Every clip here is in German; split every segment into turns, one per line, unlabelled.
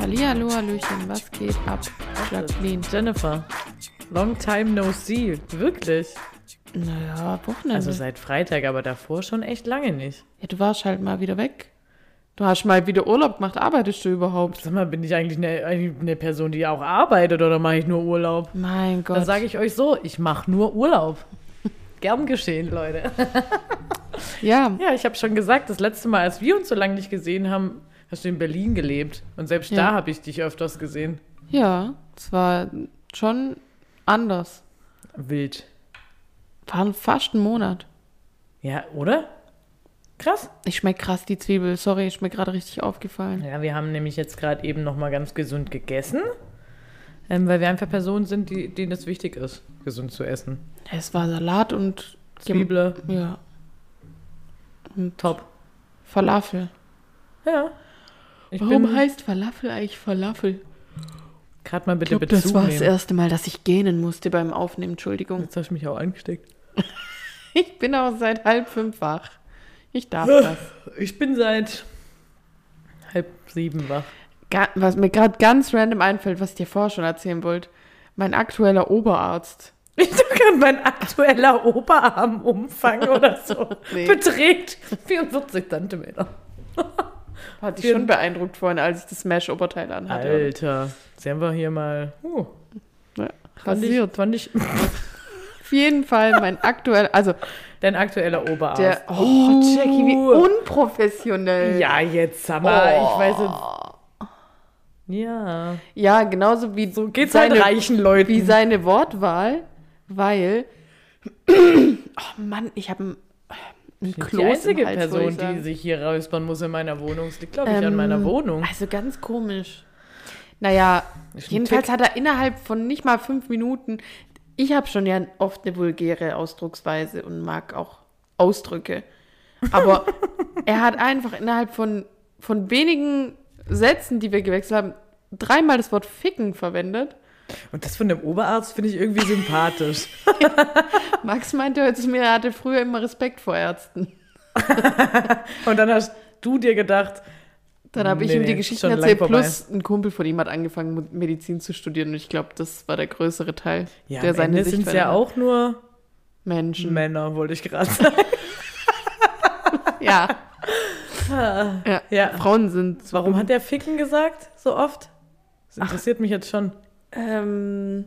Hallihallo, Hallöchen, was geht ab? Jacqueline.
Jennifer, long time no see. Wirklich.
Naja, Wochenende.
Also seit Freitag, aber davor schon echt lange nicht.
ja, du warst halt mal wieder weg. Du hast mal wieder Urlaub gemacht. Arbeitest du überhaupt?
Sag mal, bin ich eigentlich eine, eigentlich eine Person, die auch arbeitet oder mache ich nur Urlaub?
Mein Gott.
Dann sage ich euch so, ich mache nur Urlaub. Gern geschehen, Leute.
ja,
Ja, ich habe schon gesagt, das letzte Mal, als wir uns so lange nicht gesehen haben, hast du in Berlin gelebt. Und selbst
Ja.
da habe ich dich öfters gesehen.
ja. Es war schon anders.
Wild.
Waren fast ein Monat.
Ja, oder? Krass.
Ich schmeck krass die Zwiebel. Sorry, ist mir gerade richtig aufgefallen.
Ja, wir haben nämlich jetzt gerade eben noch mal ganz gesund gegessen, ähm, weil wir einfach Personen sind, die, denen das wichtig ist, gesund zu essen.
Es war Salat und
Zwiebeln,
Ja,
top.
Falafel.
Ja. Ich
Warum
bin
heißt Falafel eigentlich Falafel?
gerade mal
Ich
bitte
glaub,
Bezug
das war das
nehmen.
erste Mal, dass ich gähnen musste beim Aufnehmen. Entschuldigung.
Jetzt hast du mich auch angesteckt.
Ich bin auch seit halb fünf wach. Ich darf das.
Ich bin seit halb sieben wach.
Ga- Was mir gerade ganz random einfällt, was ich dir vorher schon erzählen wollte. Mein aktueller Oberarzt.
Ich kann mein aktueller Oberarmumfang oder so
Nee.
beträgt 44 Zentimeter.
Hat dich schon beeindruckt vorhin, als ich das Mesh-Oberteil anhatte. oder?
Alter, jetzt haben wir hier mal. Uh,
Ja,
fand ich,
rasiert.
fand ich
Auf jeden Fall mein aktueller, also
dein aktueller Oberarzt.
der, oh, Jackie, wie unprofessionell.
Ja, jetzt aber,
Äh, Oh.
ich weiß jetzt. Ja.
Ja, genauso wie so
Geht's halt reichen Leuten.
wie seine Wortwahl, weil oh Mann, ich habe ein
Ich bin
Kloß
die einzige
im Hals, würd halt, ich
Person,
sagen.
die sich hier räuspern muss in meiner Wohnung. Es liegt, glaube ich, an
Ähm,
meiner Wohnung.
Also ganz komisch. Naja,
Ist ein
jedenfalls hat er innerhalb von nicht mal fünf Minuten. Ich habe schon ja oft eine vulgäre Ausdrucksweise und mag auch Ausdrücke. Aber er hat einfach innerhalb von, von wenigen Sätzen, die wir gewechselt haben, dreimal das Wort ficken verwendet.
Und das von dem Oberarzt finde ich irgendwie sympathisch.
Max meinte heute zu mir, er hatte früher immer Respekt vor Ärzten.
Und dann hast du dir gedacht,
Dann habe ich
Nee,
ihm die
nee,
Geschichten
schon lang
erzählt,
vorbei.
plus ein Kumpel von ihm hat angefangen, Mu- Medizin zu studieren. Und ich glaube, das war der größere Teil,
ja,
der
am Ende
seine Mhm. Sicht
sind es ja
verändert.
auch nur
Menschen.
Männer, wollte ich gerade sagen.
Ja. ja.
Ja.
Frauen sind.
Warum hat der Ficken gesagt so oft? Das interessiert mich jetzt schon.
Ähm,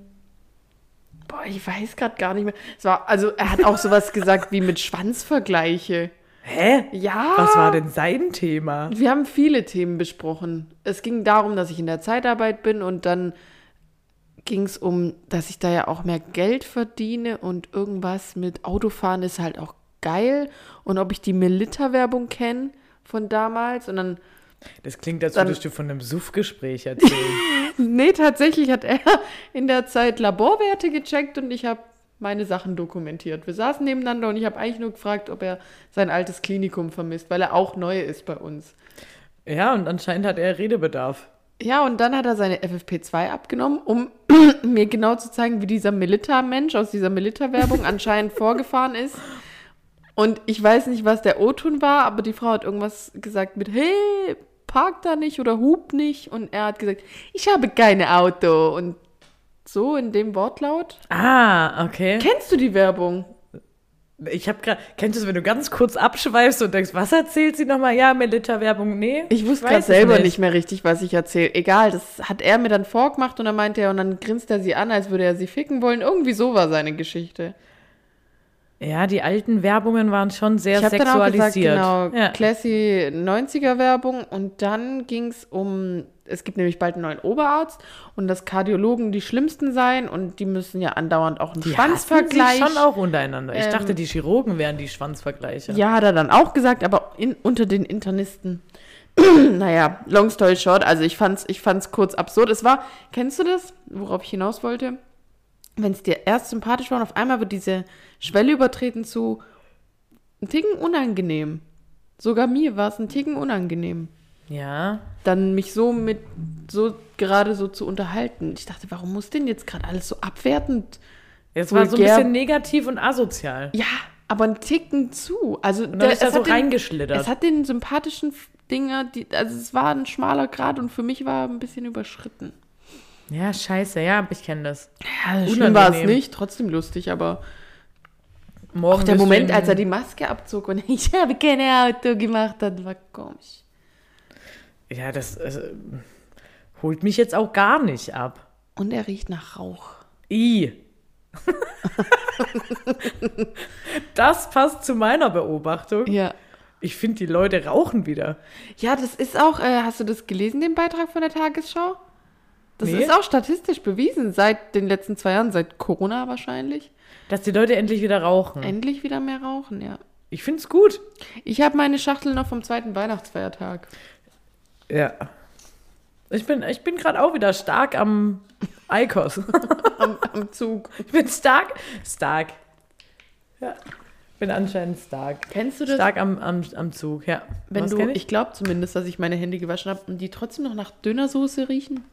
boah, ich weiß gerade gar nicht mehr. Es war, also er hat auch sowas gesagt wie mit Schwanzvergleiche.
Hä?
Ja.
Was war denn sein Thema?
Wir haben viele Themen besprochen. Es ging darum, dass ich in der Zeitarbeit bin und dann ging es um, dass ich da ja auch mehr Geld verdiene und irgendwas mit Autofahren ist halt auch geil und ob ich die Melitta-Werbung kenne von damals und dann
Das klingt, als
Dann-
würdest du von einem Suffgespräch erzählen.
Nee, tatsächlich hat er in der Zeit Laborwerte gecheckt und ich habe meine Sachen dokumentiert. Wir saßen nebeneinander und ich habe eigentlich nur gefragt, ob er sein altes Klinikum vermisst, weil er auch neu ist bei uns.
Ja, und anscheinend hat er Redebedarf.
Ja, und dann hat er seine FFP2 abgenommen, um mir genau zu zeigen, wie dieser Milita-Mensch aus dieser Milita-Werbung anscheinend vorgefahren ist. Und ich weiß nicht, was der O-Ton war, aber die Frau hat irgendwas gesagt mit, hey, park da nicht oder hub nicht. Und er hat gesagt, ich habe kein Auto. Und so in dem Wortlaut.
Ah, okay.
Kennst du die Werbung?
Ich habe gerade, kennst du es, wenn du ganz kurz abschweifst und denkst, was erzählt sie nochmal? Ja, Melitta-Werbung, nee.
Ich wusste
weiß
gerade
es
selber nicht. mehr richtig, was ich erzähle. Egal, das hat er mir dann vorgemacht und dann meinte er, und dann grinst er sie an, als würde er sie ficken wollen. Irgendwie so war seine Geschichte.
Ja, die alten Werbungen waren schon sehr
ich habe dann auch gesagt,
sexualisiert.
genau,
ja.
classy 90er-Werbung. Und dann ging's um, es gibt nämlich bald einen neuen Oberarzt und dass Kardiologen die Schlimmsten sein und die müssen ja andauernd auch einen
Die
Schwanzvergleich.
hassen sich schon auch untereinander. Ich
Ähm,
dachte, die Chirurgen wären die Schwanzvergleiche.
Ja, hat er dann auch gesagt, aber in, unter den Internisten. naja, long story short, also ich fand's, ich fand's kurz absurd. Es war, kennst du das, worauf ich hinaus wollte? Wenn es dir erst sympathisch war und auf einmal wird diese Schwelle übertreten zu ein Ticken unangenehm. Sogar mir war es ein Ticken unangenehm.
ja.
Dann mich so mit, so gerade so zu unterhalten. Ich dachte, warum muss denn jetzt gerade alles so abwertend?
Es war so ein
Vulgär-
bisschen negativ und asozial.
Ja, aber einen Ticken zu. Also
Und dann
der-
ist er
es
so
hat den-
reingeschlittert.
Es hat den sympathischen F- Dinger, die, also es war ein schmaler Grad und für mich war er ein bisschen überschritten.
ja, scheiße, ja, ich kenne das.
Ja,
unangenehm.
schön war es nicht, trotzdem lustig, aber
Morgen
auch der
bist du
Moment,
in-
als er die Maske abzog und ich habe keine Auto gemacht, das war komisch.
Ja, das äh, holt mich jetzt auch gar nicht ab.
Und er riecht nach Rauch.
I. das passt zu meiner Beobachtung.
Ja.
Ich finde, die Leute rauchen wieder.
Ja, das ist auch, äh, hast du das gelesen, den Beitrag von der Tagesschau? Das
Nee.
ist auch statistisch bewiesen, seit den letzten zwei Jahren, seit Corona wahrscheinlich.
Dass die Leute endlich wieder rauchen.
Endlich wieder mehr rauchen, ja.
Ich finde es gut.
Ich habe meine Schachtel noch vom zweiten Weihnachtsfeiertag.
Ja. Ich bin, ich bin gerade auch wieder stark am Eikos.
Am, am Zug.
Ich bin stark. Stark. Ja. Ich bin anscheinend stark.
Kennst du das?
Stark am, am, am Zug, ja.
Wenn
Was
du,
kenn
ich glaube zumindest, dass ich meine Hände gewaschen habe und die trotzdem noch nach Dönersoße riechen.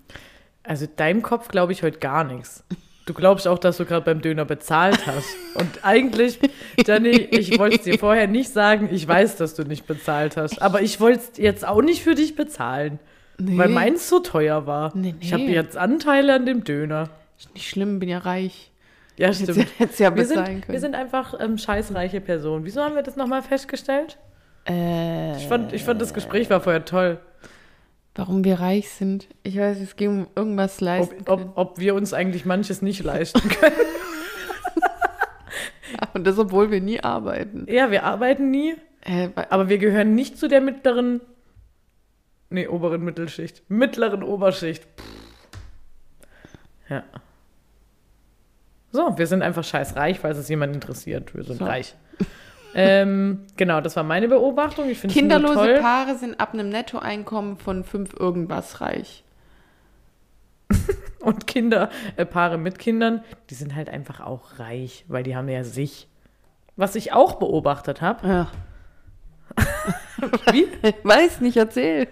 Also deinem Kopf glaube ich heute gar nichts. Du glaubst auch, dass du gerade beim Döner bezahlt hast. Und eigentlich, Jenny, ich wollte es dir vorher nicht sagen. Ich weiß, dass du nicht bezahlt hast. Aber ich wollte es jetzt auch nicht für dich bezahlen,
Nee,
weil meins so teuer war.
Nee,
Ich habe
nee.
jetzt Anteile an dem Döner.
ist nicht schlimm, bin ja reich.
Ja,
Hätte
stimmt.
hätt's ja
Wir
bezahlen
sind, wir
können.
sind einfach ähm, scheißreiche Personen. Wieso haben wir das nochmal festgestellt?
äh,
Ich fand, ich fand, das Gespräch war vorher toll.
warum wir reich sind? Ich weiß, es ging um irgendwas
Ob,
leisten
ob,
können.
ob wir uns eigentlich manches nicht leisten können.
Und das, obwohl wir nie arbeiten.
ja, wir arbeiten nie.
Äh, wa-
Aber wir gehören nicht zu der mittleren, nee, oberen Mittelschicht. Mittleren Oberschicht. Pff. Ja. So, wir sind einfach scheiß reich, falls es jemand interessiert. Wir sind
So.
reich. ähm, genau, das war meine Beobachtung. Ich finde es
kinderlose
toll.
Paare sind ab einem Nettoeinkommen von fünf irgendwas reich.
Und Kinder, äh, Paare mit Kindern, die sind halt einfach auch reich, weil die haben ja sich. Was ich auch beobachtet habe,
Ja.
wie
Weiß nicht, erzähl.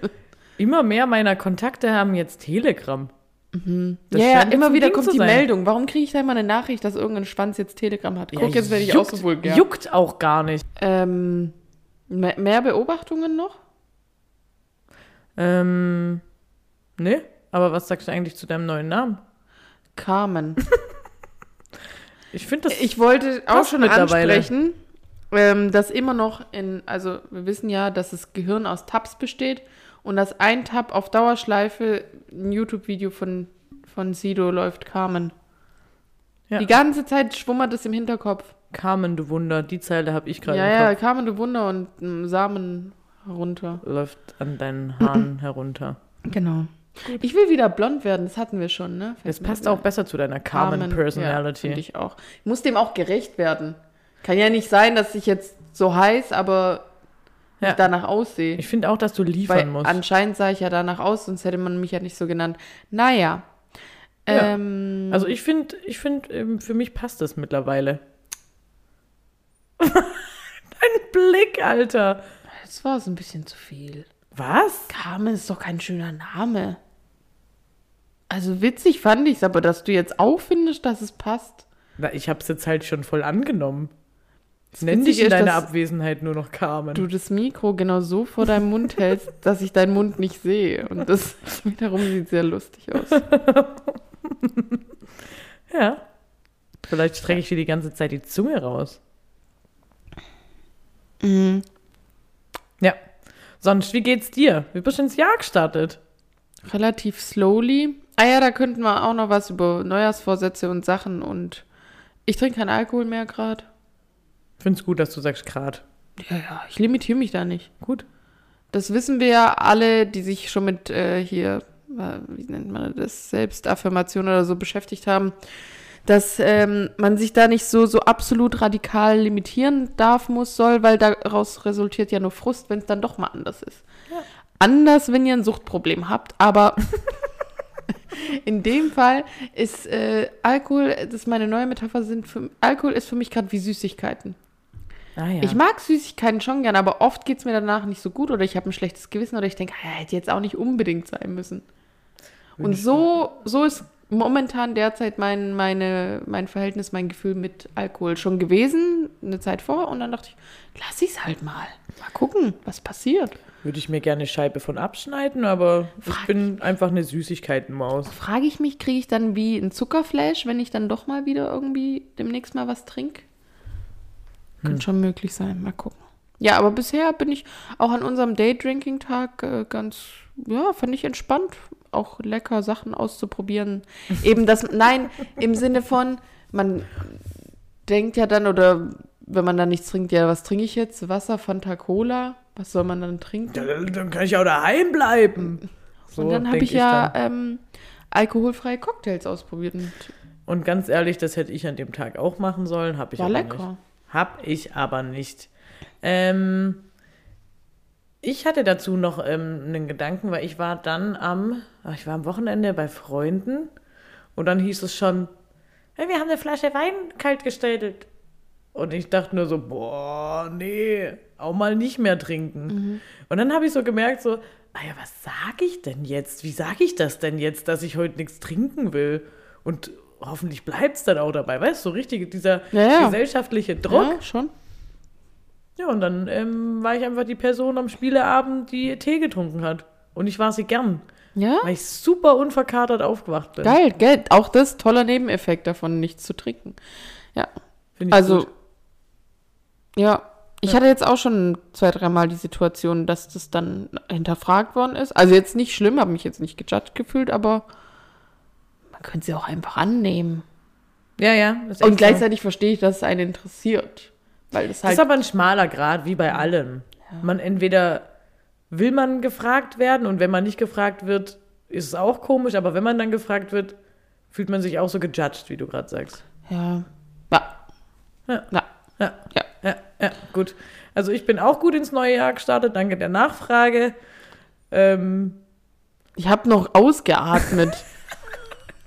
immer mehr meiner Kontakte haben jetzt Telegram. Das
ja, ja,
scheint jetzt
immer
ein
wieder
Ding
kommt
zu
die
sein.
Meldung. Warum kriege ich da immer eine Nachricht, dass irgendein Schwanz jetzt Telegram hat? Guck,
Ja,
jetzt werde ich auch so vulgär.
Juckt auch gar nicht.
Ähm, me- mehr Beobachtungen noch?
Ähm, nee, aber was sagst du eigentlich zu deinem neuen Namen?
Carmen.
Ich finde das.
Ich wollte auch
passt
schon
mittlerweile.
ansprechen, ähm, dass immer noch in, also wir wissen ja, dass das Gehirn aus Tabs besteht und dass ein Tab auf Dauerschleife ein YouTube-Video von, von Sido läuft, Carmen.
Ja.
Die ganze Zeit schwummert es im Hinterkopf.
Carmen, du Wunder, die Zeile habe ich gerade
ja,
im
ja,
Kopf.
Carmen, du Wunder und ähm, Samen runter.
Läuft an deinen Haaren herunter.
Genau. Ich will wieder blond werden, das hatten wir schon, ne? Fällt
Es
mir
passt
wieder
auch besser zu deiner Carmen-Personality.
Ja, finde ich auch. Ich muss dem auch gerecht werden. Kann ja nicht sein, dass ich jetzt so heiß, aber
Ja.
nicht danach aussehe.
ich finde auch, dass du
Weil
liefern musst.
anscheinend sah ich ja danach aus, sonst hätte man mich ja nicht so genannt. Naja.
Ja.
Ähm,
Also ich finde, ich finde, ähm, für mich passt das mittlerweile. Dein Blick, Alter.
das war so ein bisschen zu viel.
Was?
Carmen ist doch kein schöner Name. Also witzig fand ich es, aber dass du jetzt auch findest, dass es passt.
Na, ich habe es jetzt halt schon voll angenommen. Nenn
Witzige
dich in
ist,
deiner
dass-
Abwesenheit nur noch Carmen.
du das Mikro genau so vor deinem Mund hältst, dass ich deinen Mund nicht sehe. Und das wiederum sieht sehr lustig aus.
Ja. Vielleicht strecke ich dir die ganze Zeit die Zunge raus. Ja. Sonst, wie geht's dir? Wie bist du ins Jahr gestartet?
Relativ slowly. Ah ja, da könnten wir auch noch was über Neujahrsvorsätze und Sachen und ich trinke keinen Alkohol mehr gerade.
Find's gut, dass du sagst grad.
Ja, ja, ich limitiere mich da nicht.
Gut.
Das wissen wir ja alle, die sich schon mit äh, hier, äh, wie nennt man das, Selbstaffirmation oder so beschäftigt haben, dass ähm, man sich da nicht so, so absolut radikal limitieren darf, muss, soll, weil daraus resultiert ja nur Frust, wenn es dann doch mal anders ist. Anders, wenn ihr ein Suchtproblem habt, aber in dem Fall ist äh, Alkohol, das ist meine neue Metapher, sind für, Alkohol ist für mich gerade wie Süßigkeiten.
Ah ja.
Ich mag Süßigkeiten schon gern, aber oft geht es mir danach nicht so gut oder ich habe ein schlechtes Gewissen oder ich denke, ah, hätte jetzt auch nicht unbedingt sein müssen. Und so, so ist momentan derzeit mein, meine, mein Verhältnis, mein Gefühl mit Alkohol schon gewesen, eine Zeit vor. Und dann dachte ich, lass ich es halt mal. Mal gucken, was passiert.
Würde ich mir gerne eine Scheibe von abschneiden, aber ich
Frag
bin einfach eine Süßigkeitenmaus.
Frage ich mich, kriege ich dann wie einen Zuckerflash, wenn ich dann doch mal wieder irgendwie demnächst mal was trinke?
Hm.
Könnte schon möglich sein, mal gucken. Ja, aber bisher bin ich auch an unserem Daydrinking-Tag äh, ganz, ja, fand ich entspannt, auch lecker Sachen auszuprobieren. Eben das, nein, im Sinne von, man denkt ja dann, oder wenn man dann nichts trinkt, ja, was trinke ich jetzt? Wasser, Fanta, Cola? Was soll man dann trinken?
Ja, dann dann kann ich auch daheim bleiben. So
und dann habe
denk
ich ja
dann.
ähm, alkoholfreie Cocktails ausprobiert. Und
Und ganz ehrlich, das hätte ich an dem Tag auch machen sollen, habe ich
war
aber
lecker.
nicht. Hab ich aber nicht. Ähm, ich hatte dazu noch ähm, einen Gedanken, weil ich war dann am, ach, ich war am Wochenende bei Freunden und dann hieß es schon, hey, wir haben eine Flasche Wein kalt gestellt. Und ich dachte nur so, boah, nee, auch mal nicht mehr trinken.
Mhm.
Und dann habe ich so gemerkt, so, ah ja, was sage ich denn jetzt? Wie sage ich das denn jetzt, dass ich heute nichts trinken will? Und hoffentlich bleibt es dann auch dabei, weißt du, so richtig dieser
Ja, ja.
gesellschaftliche Druck.
Ja, schon.
Ja, und dann ähm, war ich einfach die Person am Spieleabend, die Tee getrunken hat. Und ich war sie gern,
Ja,
weil ich super unverkatert aufgewacht bin.
geil, gell? Auch das toller Nebeneffekt davon, nichts zu trinken. Ja,
Find ich
also,
gut.
ja. Ich hatte jetzt auch schon zwei, dreimal die Situation, dass das dann hinterfragt worden ist. Also jetzt nicht schlimm, habe mich jetzt nicht gejudged gefühlt, aber man könnte sie auch einfach annehmen.
Ja, ja. ist echt
Und
so.
gleichzeitig verstehe ich, dass es einen interessiert. Weil das
Das
halt.
ist aber ein schmaler Grad, wie bei allem. Man entweder will man gefragt werden und wenn man nicht gefragt wird, ist es auch komisch, aber wenn man dann gefragt wird, fühlt man sich auch so gejudged, wie du gerade sagst.
ja. Ja.
Ja.
Ja.
Ja.
Ja.
ja, ja, gut. Also ich bin auch gut ins neue Jahr gestartet, danke der Nachfrage. Ähm,
Ich habe noch ausgeatmet.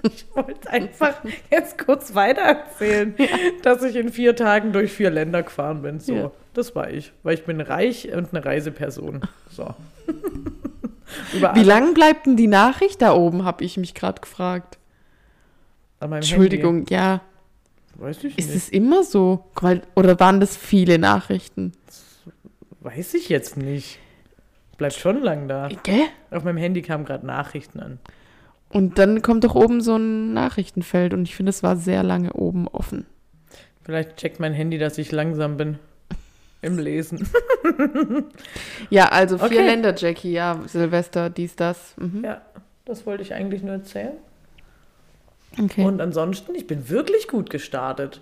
ich wollte einfach jetzt kurz weitererzählen, dass ich in vier Tagen durch vier Länder gefahren bin. So,
Ja.
das war ich, weil ich bin reich und eine Reiseperson. So. Über
Wie lang bleibt denn die Nachricht da oben, habe ich mich gerade gefragt.
An meinem
Entschuldigung, ja.
Handy. Weiß ich
Ist
nicht.
es immer so? Guck mal, oder waren das viele Nachrichten?
Weiß ich jetzt nicht. Bleibt schon lang da.
Gell?
Auf meinem Handy kamen gerade Nachrichten an.
Und dann kommt doch oben so ein Nachrichtenfeld und ich finde, es war sehr lange oben offen.
Vielleicht checkt mein Handy, dass ich langsam bin. Im Lesen.
Ja, also vier
Okay.
Länder, Jackie, ja, Silvester, dies, das. Mhm.
Ja, das wollte ich eigentlich nur erzählen.
Okay.
Und ansonsten, ich bin wirklich gut gestartet.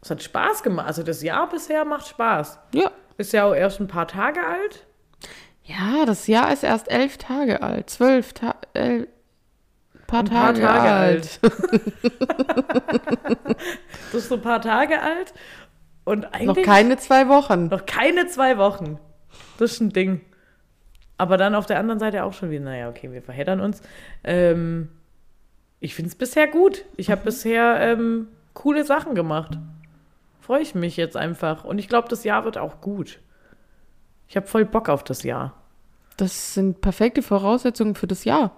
Es hat Spaß gemacht. Also das Jahr bisher macht Spaß.
ja.
Ist ja auch erst ein paar Tage alt.
ja, das Jahr ist erst elf Tage alt, zwölf Ta el paar,
Ein paar
Tage,
Tage
alt.
Das ist so ein paar Tage alt. Und
Noch
eigentlich
keine zwei Wochen.
noch keine zwei Wochen. Das ist ein Ding. Aber dann auf der anderen Seite auch schon wieder, naja, okay, wir verheddern uns. Ähm, ich finde es bisher gut. Ich habe bisher ähm, coole Sachen gemacht. Freue ich mich jetzt einfach. Und ich glaube, das Jahr wird auch gut. Ich habe voll Bock auf das Jahr,
Das sind perfekte Voraussetzungen für das Jahr.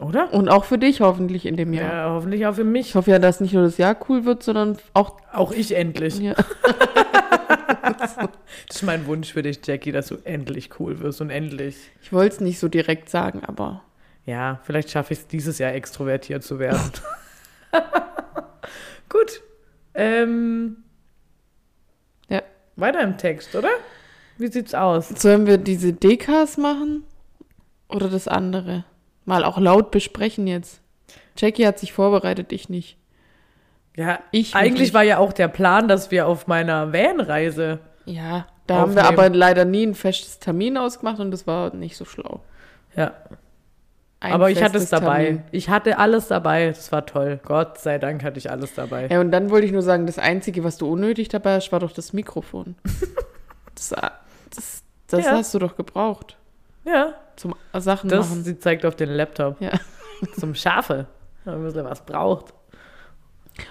oder?
Und auch für dich hoffentlich in dem Jahr.
Ja, hoffentlich auch für
Ich
mich.
hoffe ja, dass nicht nur das Jahr cool wird, sondern auch
Auch ich endlich.
ja,
Das ist mein Wunsch für dich, Jackie, dass du endlich cool wirst und endlich.
Ich wollte es nicht so direkt sagen, aber
Ja, vielleicht schaffe ich es dieses Jahr extrovertiert zu werden. Gut. Ähm,
Ja.
Weiter im Text, oder? Wie sieht's aus?
sollen wir diese Dekas machen oder das andere? Mal auch laut besprechen jetzt. Jackie hat sich vorbereitet, ich nicht.
Ja,
Ich
eigentlich
wirklich.
war ja auch der Plan, dass wir auf meiner Van-Reise.
Ja, da haben wir
Aufnehmen.
aber leider nie ein festes Termin ausgemacht und das war nicht so schlau.
Ja,
Ein
aber ich hatte
festes
es dabei.
Termin.
Ich hatte alles dabei. Das war toll. Gott sei Dank hatte ich alles dabei.
Ja, und dann wollte ich nur sagen, das Einzige, was du unnötig dabei hast, war doch das Mikrofon. das das, das
Ja.
hast du doch gebraucht
Ja,
zum Sachen
das
machen.
sie zeigt auf den Laptop.
Ja.
Zum Schafe. Wenn man ein bisschen was braucht.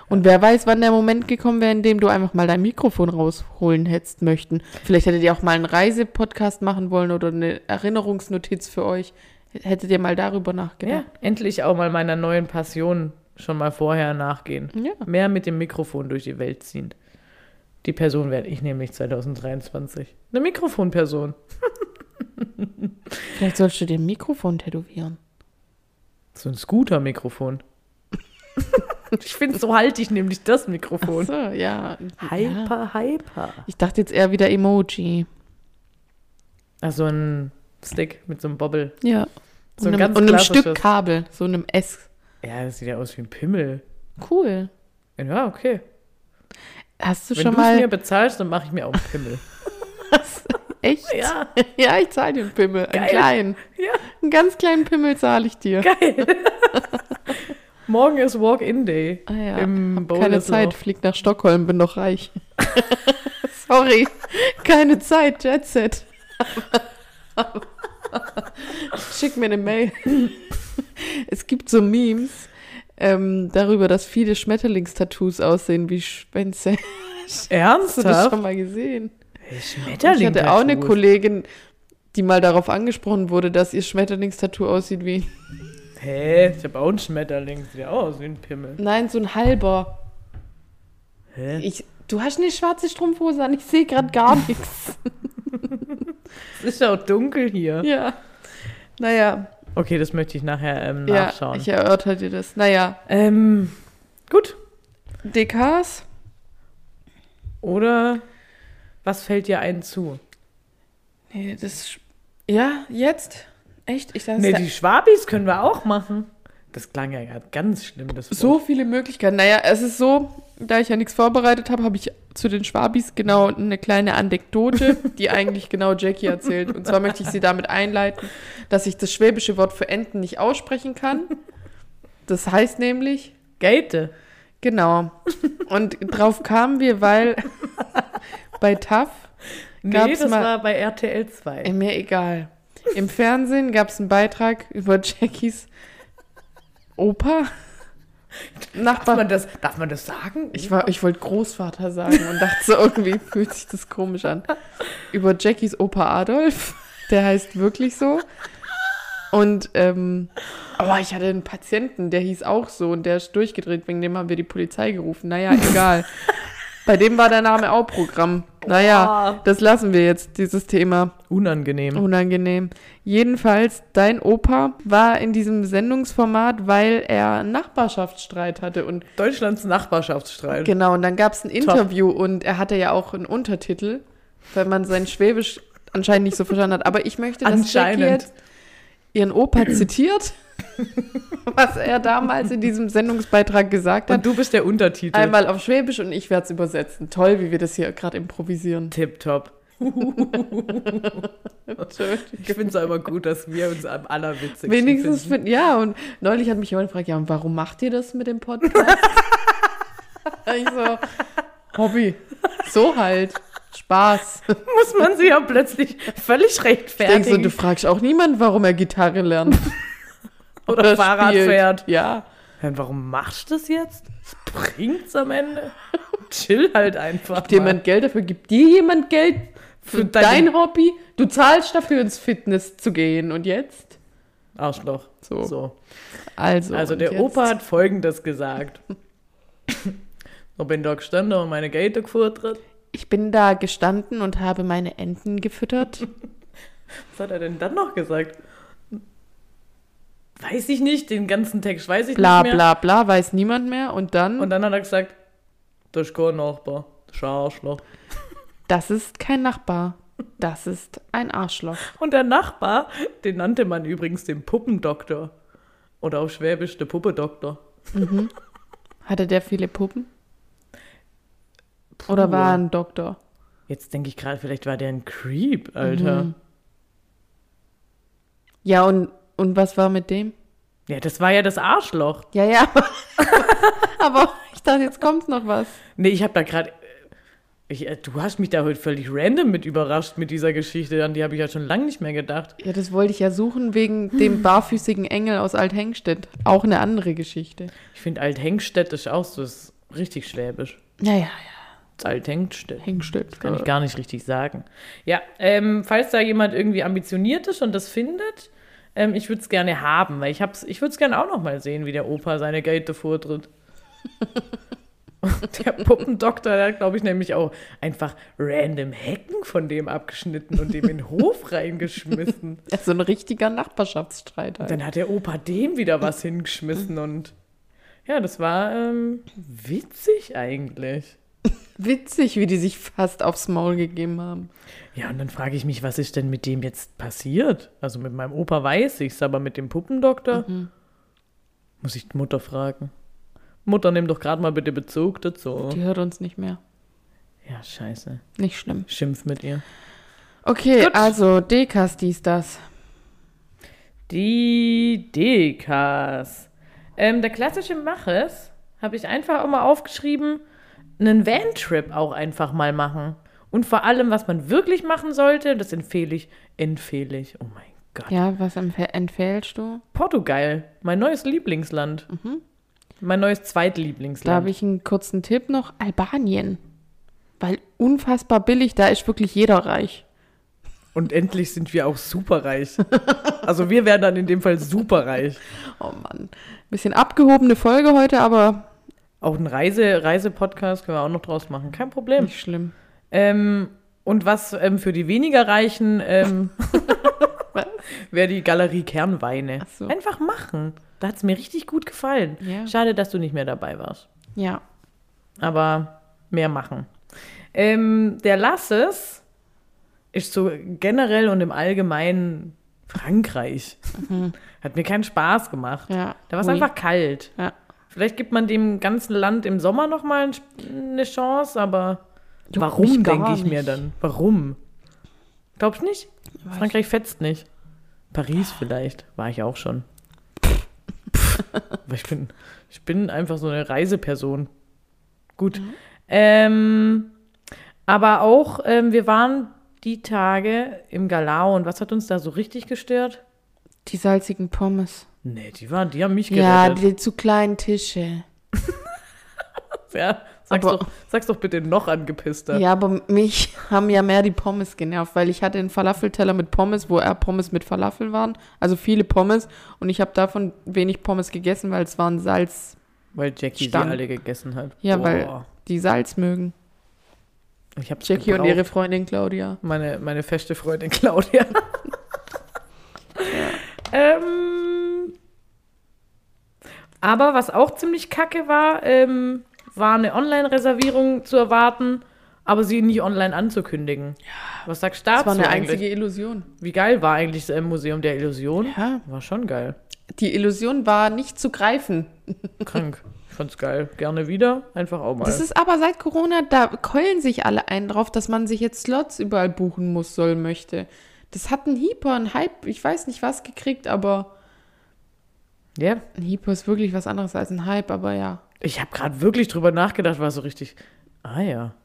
Und wer weiß, wann der Moment gekommen wäre, in dem du einfach mal dein Mikrofon rausholen hättest möchten. Vielleicht hättet ihr auch mal einen Reisepodcast machen wollen oder eine Erinnerungsnotiz für euch. Hättet ihr mal darüber nachgedacht?
Ja, endlich auch mal meiner neuen Passion schon mal vorher nachgehen.
Ja.
Mehr mit dem Mikrofon durch die Welt ziehen. Die Person werde ich nämlich 2023. Eine Mikrofonperson.
Vielleicht sollst du dir ein Mikrofon tätowieren.
So ein Scooter-Mikrofon. ich finde, so halte ich nämlich das Mikrofon.
So, ja. ja.
Hyper, hyper.
Ich dachte jetzt eher wieder Emoji.
Also ein Stick mit so einem Bobbel.
Ja.
So
und
ein
einem,
ganz
und einem
klassisches-
Stück Kabel, so einem S.
Ja, das sieht ja aus wie ein Pimmel.
Cool.
Ja, okay.
Hast du
Wenn
schon
du es mir
mal.
bezahlst, dann mache ich mir auch einen Pimmel.
Echt?
Ja.
Ja, ich zahle dir einen Pimmel. Einen
Geil.
kleinen.
Ja.
Einen ganz kleinen Pimmel zahle ich dir.
Geil. Morgen ist Walk-In-Day.
Ah ja,
Im
hab keine
Bowleslaw.
Zeit, flieg nach Stockholm, bin noch reich. Sorry, keine Zeit, Jet Set. Schick mir eine Mail. es gibt so Memes ähm, darüber, dass viele Schmetterlingstattoos aussehen wie Schwänze. Hast du das
Ernsthaft?
schon mal gesehen?
Schmetterling.
ich hatte auch eine Kollegin, die mal darauf angesprochen wurde, dass ihr Schmetterlingstattoo aussieht wie...
Hä? Ich habe auch einen Schmetterling. Sieht ja auch aus wie ein Pimmel.
Nein, so ein halber.
Hä?
Ich, du hast eine schwarze Strumpfhose an, ich sehe gerade gar nichts.
Es ist ja auch dunkel hier.
ja. Naja,
Okay, das möchte ich nachher ähm,
ja,
nachschauen.
ich erörter dir das. Naja,
ähm, gut.
DKs,
Oder was fällt dir ein zu?
nee, das, sch- ja, jetzt, echt, ich dachte,
Nee,
es
die Schwabis können wir auch machen. Das klang ja gerade ganz schlimm, das
ist
Wort.
so viele Möglichkeiten. Naja, es ist so, da ich ja nichts vorbereitet habe, habe ich zu den Schwabis genau eine kleine Anekdote, die eigentlich genau Jackie erzählt. Und zwar möchte ich sie damit einleiten, dass ich das schwäbische Wort für Enten nicht aussprechen kann. Das heißt nämlich
Gate.
Genau. Und drauf kamen wir, weil bei TAF,
Nee,
Gab's
das
mal-
war bei RTL 2.
äh, mir egal. Im Fernsehen gab es einen Beitrag über Jackies Opa.
darf, man
Nachbar.
das, darf man das sagen?
Ich, war- ich wollte Großvater sagen und dachte so, irgendwie fühlt sich das komisch an. Über Jackies Opa Adolf. Der heißt wirklich so. Und, ähm, aber ich hatte einen Patienten, der hieß auch so und der ist durchgedreht, wegen dem haben wir die Polizei gerufen. Naja, egal. Bei dem war der Name auch Programm. Naja,
Boah.
das lassen wir jetzt, dieses Thema. Oh.
Unangenehm.
Unangenehm. Jedenfalls, dein Opa war in diesem Sendungsformat, weil er einen Nachbarschaftsstreit hatte und
Deutschlands Nachbarschaftsstreit.
Genau, und dann gab es ein
Äh, Top.
Interview und er hatte ja auch einen Untertitel, weil man sein Schwäbisch anscheinend nicht so verstanden hat. Aber ich möchte, dass Jackie
Anscheinend.
jetzt ihren Opa zitiert, was er damals in diesem Sendungsbeitrag gesagt
Und
hat.
du bist der Untertitel.
Einmal auf Schwäbisch und ich werde es übersetzen. Toll, wie wir das hier gerade improvisieren.
Tipptopp.
Entschuldigung.
Ich finde es aber gut, dass wir uns am allerwitzigsten
Wenigstens
finden.
finden, ja, und neulich hat mich jemand gefragt, ja, und warum macht ihr das mit dem Podcast? ich so, Hobby. So halt. Spaß.
muss man sich ja plötzlich völlig
Ich denke so,
rechtfertigen
du fragst auch niemanden, warum er Gitarre lernt.
oder, Fahrrad
spielt.
fährt.
Ja.
Ja, warum machst du das jetzt? Was bringt's am Ende? Chill halt einfach
Gibt dir
mal.
jemand Geld dafür? Gibt dir jemand Geld für
Für
dein,
deine-
Hobby? Du zahlst dafür, ins Fitness zu gehen. Und jetzt?
Arschloch.
So.
Oh, so.
Also,
Also
und
der
jetzt?
Opa hat folgendes gesagt. ich bin da gestanden und meine Gate gefordert.
Ich bin da gestanden und habe meine Enten gefüttert.
Was hat er denn dann noch gesagt? Weiß ich nicht, den ganzen Text weiß ich
Bla,
nicht mehr.
bla, bla, weiß niemand mehr. Und dann,
Und dann hat er gesagt, das ist kein Nachbar, das ist ein Arschloch.
das ist kein Nachbar. Das ist ein Arschloch.
Und der Nachbar, den nannte man übrigens den Puppendoktor. Oder auf Schwäbisch der Puppedoktor.
Hatte der viele Puppen? Oder war er ein Doktor?
Jetzt denke ich gerade, vielleicht war der ein Creep, Alter.
Ja, und, und was war mit dem?
Ja, das war ja das Arschloch.
Ja, ja. aber- Aber ich dachte, jetzt kommt noch was.
Nee, ich habe da gerade. Ich, äh, du hast mich da heute völlig random mit überrascht mit dieser Geschichte. An die habe ich ja schon lange nicht mehr gedacht.
Ja, das wollte ich ja suchen wegen dem barfüßigen Engel aus Althengstedt. Auch eine andere Geschichte.
Ich finde Althengstedt ist auch so ist richtig schwäbisch.
Ja, ja, ja.
Das Althengstedt.
Hengstedt.
Kann ich gar nicht richtig sagen. Ja, ähm, falls da jemand irgendwie ambitioniert ist und das findet, Ähm, ich würde es gerne haben, weil ich, hab's- ich würde es gerne auch noch mal sehen, wie der Opa seine Gelte vortritt. der Puppendoktor, der hat, glaube ich, nämlich auch einfach random Hecken von dem abgeschnitten und dem in den Hof reingeschmissen.
Das ist so ein richtiger Nachbarschaftsstreit. halt.
Dann hat der Opa dem wieder was hingeschmissen und ja, das war ähm, witzig eigentlich.
Witzig, wie die sich fast aufs Maul gegeben haben.
Ja, und dann frage ich mich, was ist denn mit dem jetzt passiert? Also mit meinem Opa weiß ich's, aber mit dem Puppendoktor muss ich die Mutter fragen. Mutter, nimm doch gerade mal bitte Bezug dazu.
Die hört uns nicht mehr.
Ja, scheiße.
Nicht schlimm.
Schimpf mit ihr.
Okay,
Gut.
also Dekas dies, das.
Die Dekas. Ähm, der klassische Maches habe ich einfach auch mal aufgeschrieben, einen Van-Trip auch einfach mal machen. Und vor allem, was man wirklich machen sollte, das empfehle ich, empfehle ich. Oh mein Gott.
Ja, was empf- empfählst du?
Portugal, mein neues Lieblingsland. Mein neues
Mhm. Da
Zweitlieblingsland.
habe ich einen kurzen Tipp noch. Albanien. Weil unfassbar billig, da ist wirklich jeder reich.
Und endlich sind wir auch superreich. also wir werden dann in dem Fall superreich.
Oh Mann. Bisschen abgehobene Folge heute, aber
Auch ein Reise, Reise-Podcast können wir auch noch draus machen. Kein Problem.
nicht schlimm.
Ähm, und was ähm, für die weniger Reichen ähm, wäre die Galerie Kernweine.
Ach so.
Einfach machen. Da hat es mir richtig gut gefallen.
Ja.
Schade, dass du nicht mehr dabei warst.
Ja.
Aber mehr machen. Ähm, der Lasses ist so generell und im Allgemeinen Frankreich. Hat mir keinen Spaß gemacht.
Ja.
Da war es
Mhm. Ui.
einfach kalt.
Ja.
Vielleicht gibt man dem ganzen Land im Sommer nochmal eine Chance, aber
Juckt
warum,
mich gar
denke ich mir
nicht.
dann? Warum? Glaubst nicht?
Weiß
Frankreich fetzt nicht. Paris vielleicht, war ich auch schon. Aber ich bin, ich bin einfach so eine Reiseperson. Gut.
Mhm.
Ähm, aber auch, ähm, wir waren die Tage im Galau und was hat uns da so richtig gestört?
Die salzigen Pommes.
Nee, die waren, die haben mich
Ja,
gerettet.
die zu kleinen Tische.
Ja, sag's,
aber-
doch, sag's doch bitte noch angepisster.
Ja, aber mich haben ja mehr die Pommes genervt, weil ich hatte einen Falafelteller mit Pommes, wo eher Pommes mit Falafel waren, also viele Pommes und ich habe davon wenig Pommes gegessen, weil es waren Salz,
Weil Jackie
Stank.
die alle gegessen hat.
ja,
Boah.
weil die Salz mögen.
ich hab's
Jackie und
gebraucht.
ihre Freundin Claudia.
meine, meine feste Freundin Claudia. ähm, aber was auch ziemlich kacke war, ähm, war eine Online-Reservierung zu erwarten, aber sie nicht online anzukündigen. Was sagst du
Das
dazu
war eine
eigentlich?
einzige Illusion.
Wie geil war eigentlich das äh, Museum der Illusion?
Ja,
War schon geil.
die Illusion war nicht zu greifen.
Krank. Ich fand's geil. Gerne wieder. Einfach auch mal.
Das ist aber seit Corona, da keulen sich alle ein drauf, dass man sich jetzt Slots überall buchen muss, soll, möchte. Das hat einen Hyper, einen Hype, ich weiß nicht was gekriegt, aber
ja.
Ein Hypo ist wirklich was anderes als ein Hype, aber ja.
Ich habe gerade wirklich drüber nachgedacht, war so richtig. Ah ja.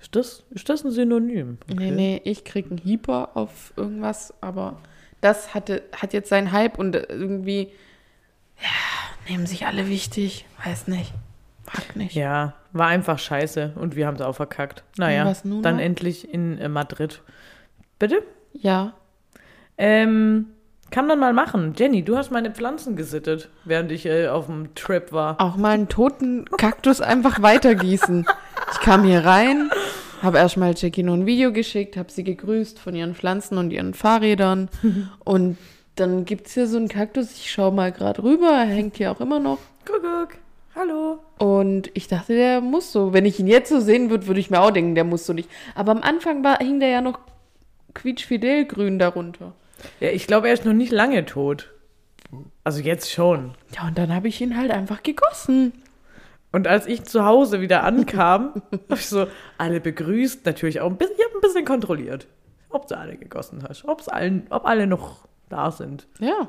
Ist das, ist das ein Synonym?
Nee, nee, ich krieg einen Hyper auf irgendwas, aber das hatte, hat jetzt seinen Hype und irgendwie, ja, nehmen sich alle wichtig, weiß nicht, mag nicht.
Ja, war einfach scheiße und wir haben es auch verkackt. Naja,
Und was nun
dann
noch?
endlich in äh, Madrid. Bitte?
Ja,
Ähm, kann man mal machen. Jenny, du hast meine Pflanzen gesittet, während ich äh, auf dem Trip war.
auch mal einen toten Kaktus einfach weitergießen. Ich kam hier rein, habe erstmal Jackie nur ein Video geschickt, habe sie gegrüßt von ihren Pflanzen und ihren Fahrrädern und dann gibt's hier so einen Kaktus, ich schau mal gerade rüber, er hängt hier auch immer noch.
Kuckuck, hallo.
Und ich dachte, der muss so. Wenn ich ihn jetzt so sehen würde, würde ich mir auch denken, der muss so nicht. Aber am Anfang war, hing der ja noch quietschfidelgrün darunter.
Ja, ich glaube, er ist noch nicht lange tot. Also jetzt schon.
Ja, und dann habe ich ihn halt einfach gegossen.
Und als ich zu Hause wieder ankam, habe ich so alle begrüßt, natürlich auch ein bisschen, ich habe ein bisschen kontrolliert, ob du alle gegossen hast, ob's allen, ob alle noch da sind.
Ja.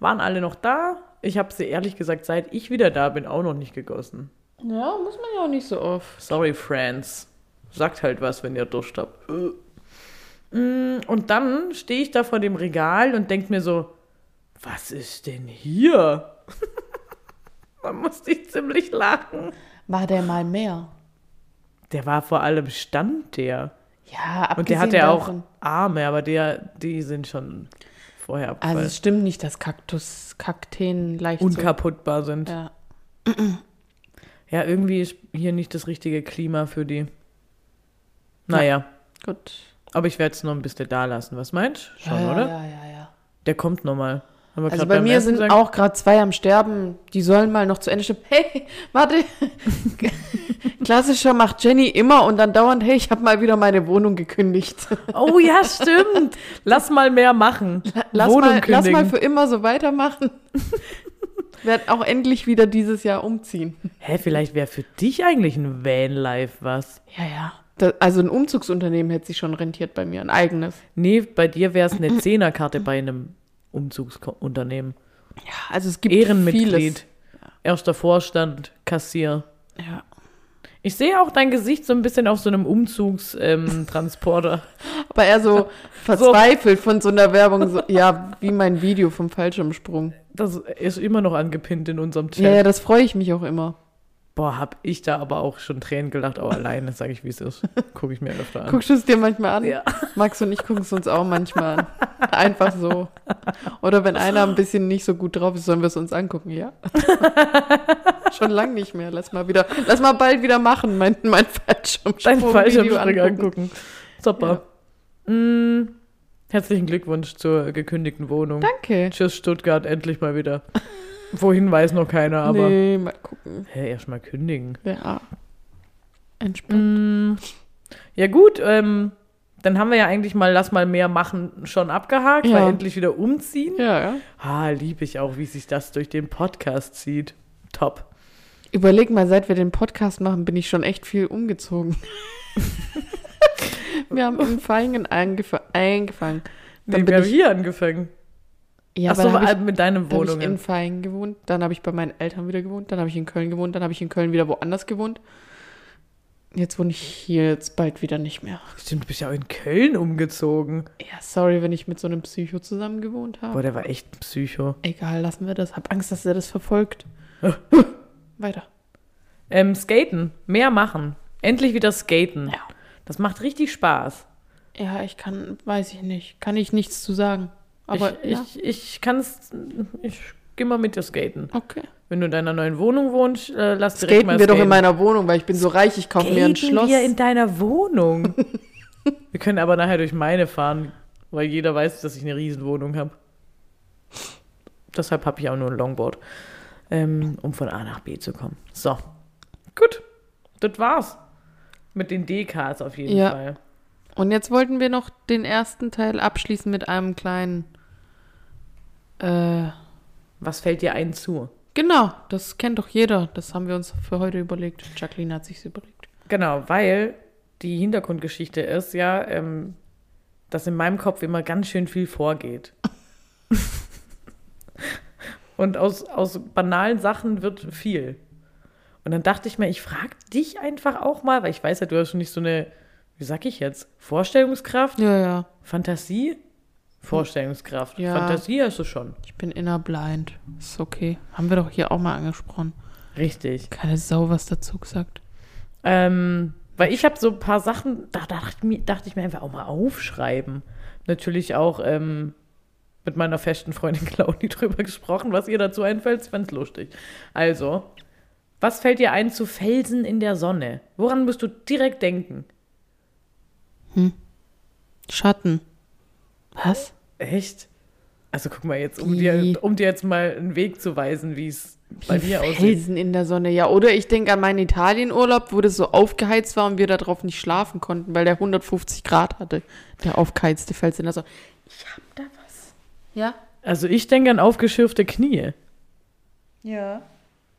Waren alle noch da? Ich habe sie ehrlich gesagt, seit ich wieder da bin, auch noch nicht gegossen.
Ja, muss man ja auch nicht so oft.
Sorry, Friends. Sagt halt was, wenn ihr Durst habt. Äh. Mm, Und dann stehe ich da vor dem Regal und denke mir so, was ist denn hier? da musste ich ziemlich lachen.
War der mal mehr?
Der war vor allem stand der.
Ja, abgesehen
Und der hat ja auch
davon.
Arme, aber der, die sind schon vorher abgefallen.
Also es stimmt nicht, dass Kaktus, Kakteen leicht
Unkaputtbar sind.
so... Ja.
Ja, irgendwie ist hier nicht das richtige Klima für die. Naja,
Gut.
aber ich werde es noch ein bisschen da lassen. Was meinst du? Schon,
ja,
oder?
Ja, ja, ja.
Der kommt nochmal.
Also bei mir sind auch gerade zwei am Sterben. Die sollen mal noch zu Ende stimmen. Hey, warte. Klassischer macht Jenny immer und dann dauernd, hey, ich habe mal wieder meine Wohnung gekündigt.
Oh ja, stimmt. Lass mal mehr machen.
Lass,
Wohnung
mal, lass
kündigen.
mal für immer so weitermachen. Werd auch endlich wieder dieses Jahr umziehen.
Hä, vielleicht wäre für dich eigentlich ein Vanlife was.
Ja, ja. Da, also ein Umzugsunternehmen hätte sich schon rentiert bei mir, ein eigenes.
Nee, bei dir wäre es eine Zehnerkarte bei einem Umzugsunternehmen.
Ja, also es gibt vieles.
Ehrenmitglied, erster Vorstand, Kassier.
Ja.
Ich sehe auch dein Gesicht so ein bisschen auf so einem Umzugstransporter.
Aber eher so verzweifelt von so einer Werbung, so, ja, wie mein Video vom Fallschirmsprung.
Das ist immer noch angepinnt in unserem Chat.
Ja, ja, das freue ich mich auch immer.
Boah, hab ich da aber auch schon Tränen gelacht. Auch alleine, sage ich, wie es ist. Gucke ich mir öfter an.
Guckst du es dir manchmal an?
Ja.
Max und ich gucken es uns auch manchmal an. Einfach so. Oder wenn einer ein bisschen nicht so gut drauf ist, sollen wir es uns angucken, ja? Schon lang nicht mehr. Lass mal wieder, lass mal bald wieder machen, mein, mein Fallschirmsprung.
Dein Fallschirmsprung
Video
angucken. Super. Mm, herzlichen Glückwunsch zur gekündigten Wohnung.
Danke.
Tschüss, Stuttgart, endlich mal wieder. Wohin weiß noch keiner, aber.
Nee, mal gucken.
Hä, erstmal kündigen.
Ja. Entspannt.
Mm, ja, gut, ähm, dann haben wir ja eigentlich mal Lass mal mehr machen schon abgehakt,
Ja.
weil endlich wieder umziehen.
Ja, ja.
Ah, liebe ich auch, wie sich das durch den Podcast zieht. Top.
Überleg mal, seit wir den Podcast machen, bin ich schon echt viel umgezogen. wir haben im Feigen eingef eingefangen. Dann
Nee,
bin
wir haben
ich-
hier angefangen.
Ja,
Achso,
aber dann
mit deinen
habe ich, hab ich in
Wohnungen.
Feigen gewohnt, dann habe ich bei meinen Eltern wieder gewohnt, dann habe ich in Köln gewohnt, dann habe ich in Köln wieder woanders gewohnt. Jetzt wohne ich hier jetzt bald wieder nicht mehr.
Stimmt, du bist ja auch in Köln umgezogen.
Ja, sorry, wenn ich mit so einem Psycho zusammen gewohnt habe.
Boah, der war echt ein Psycho.
Egal, lassen wir das. Hab Angst, dass er das verfolgt. Weiter.
Ähm, skaten. Mehr machen. Endlich wieder skaten.
Ja.
Das macht richtig Spaß.
Ja, ich kann, weiß ich nicht. Kann ich nichts zu sagen. Aber
ich
ja,
ich, ich kann es. Ich geh mal mit dir skaten.
okay.
Wenn du in deiner neuen Wohnung wohnst, äh, lass direkt
Skaten
mal
wir doch in meiner Wohnung, weil ich bin so reich, ich kaufe mir ein
Skaten
Schloss.
wir in deiner Wohnung. wir können aber nachher durch meine fahren, weil jeder weiß, dass ich eine Riesenwohnung habe. Deshalb habe ich auch nur ein Longboard, ähm, um von A nach B zu kommen. So, gut, das war's mit den DKs auf jeden
Ja.
Fall.
Und jetzt wollten wir noch den ersten Teil abschließen mit einem kleinen. Äh,
Was fällt dir ein zu?
genau, das kennt doch jeder. Das haben wir uns für heute überlegt. Jacqueline hat sich's überlegt.
Genau, weil die Hintergrundgeschichte ist ja, ähm, dass in meinem Kopf immer ganz schön viel vorgeht. Und aus, aus banalen Sachen wird viel. Und dann dachte ich mir, ich frage dich einfach auch mal, weil ich weiß ja, du hast schon nicht so eine, wie sag ich jetzt, Vorstellungskraft,
Ja, ja,
Fantasie, Vorstellungskraft.
Ja.
Fantasie hast du schon.
ich bin innerblind. Ist okay. Haben wir doch hier auch mal angesprochen.
Richtig.
Keine Sau was dazu gesagt.
Ähm, weil ich habe so ein paar Sachen, da dachte ich, mir, dachte ich mir einfach auch mal aufschreiben. Natürlich auch ähm, mit meiner festen Freundin Claudi drüber gesprochen, was ihr dazu einfällt. Ich fand's lustig. Also, was fällt dir ein zu Felsen in der Sonne? Woran musst du direkt denken?
Schatten. Was?
Echt? Also guck mal jetzt, um,
Die-
dir, um dir jetzt mal einen Weg zu weisen, wie es bei mir aussieht.
Felsen in der Sonne, ja. Oder ich denke an meinen Italienurlaub, wo das so aufgeheizt war und wir darauf nicht schlafen konnten, weil der 150 Grad hatte. Der aufgeheizte Felsen in der Sonne. Ich hab da was.
Also ich denke an aufgeschürfte Knie.
Ja? Ja.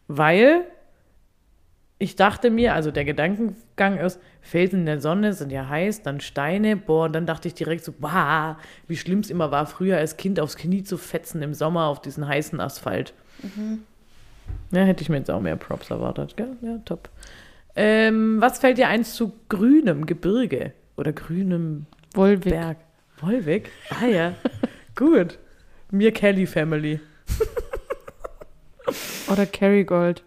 Weil ich dachte mir, also der Gedankengang ist, Felsen in der Sonne sind ja heiß, dann Steine, boah, und dann dachte ich direkt so, bah, wie schlimm es immer war, früher als Kind aufs Knie zu fetzen im Sommer auf diesen heißen Asphalt. Ja, hätte ich mir jetzt auch mehr Props erwartet, gell? Ja, top. Ähm, was fällt dir eins zu grünem Gebirge oder grünem
Wolwig.
Berg? Wolwig? Ah ja, gut. Mir Kelly Family.
Oder Kerrygold.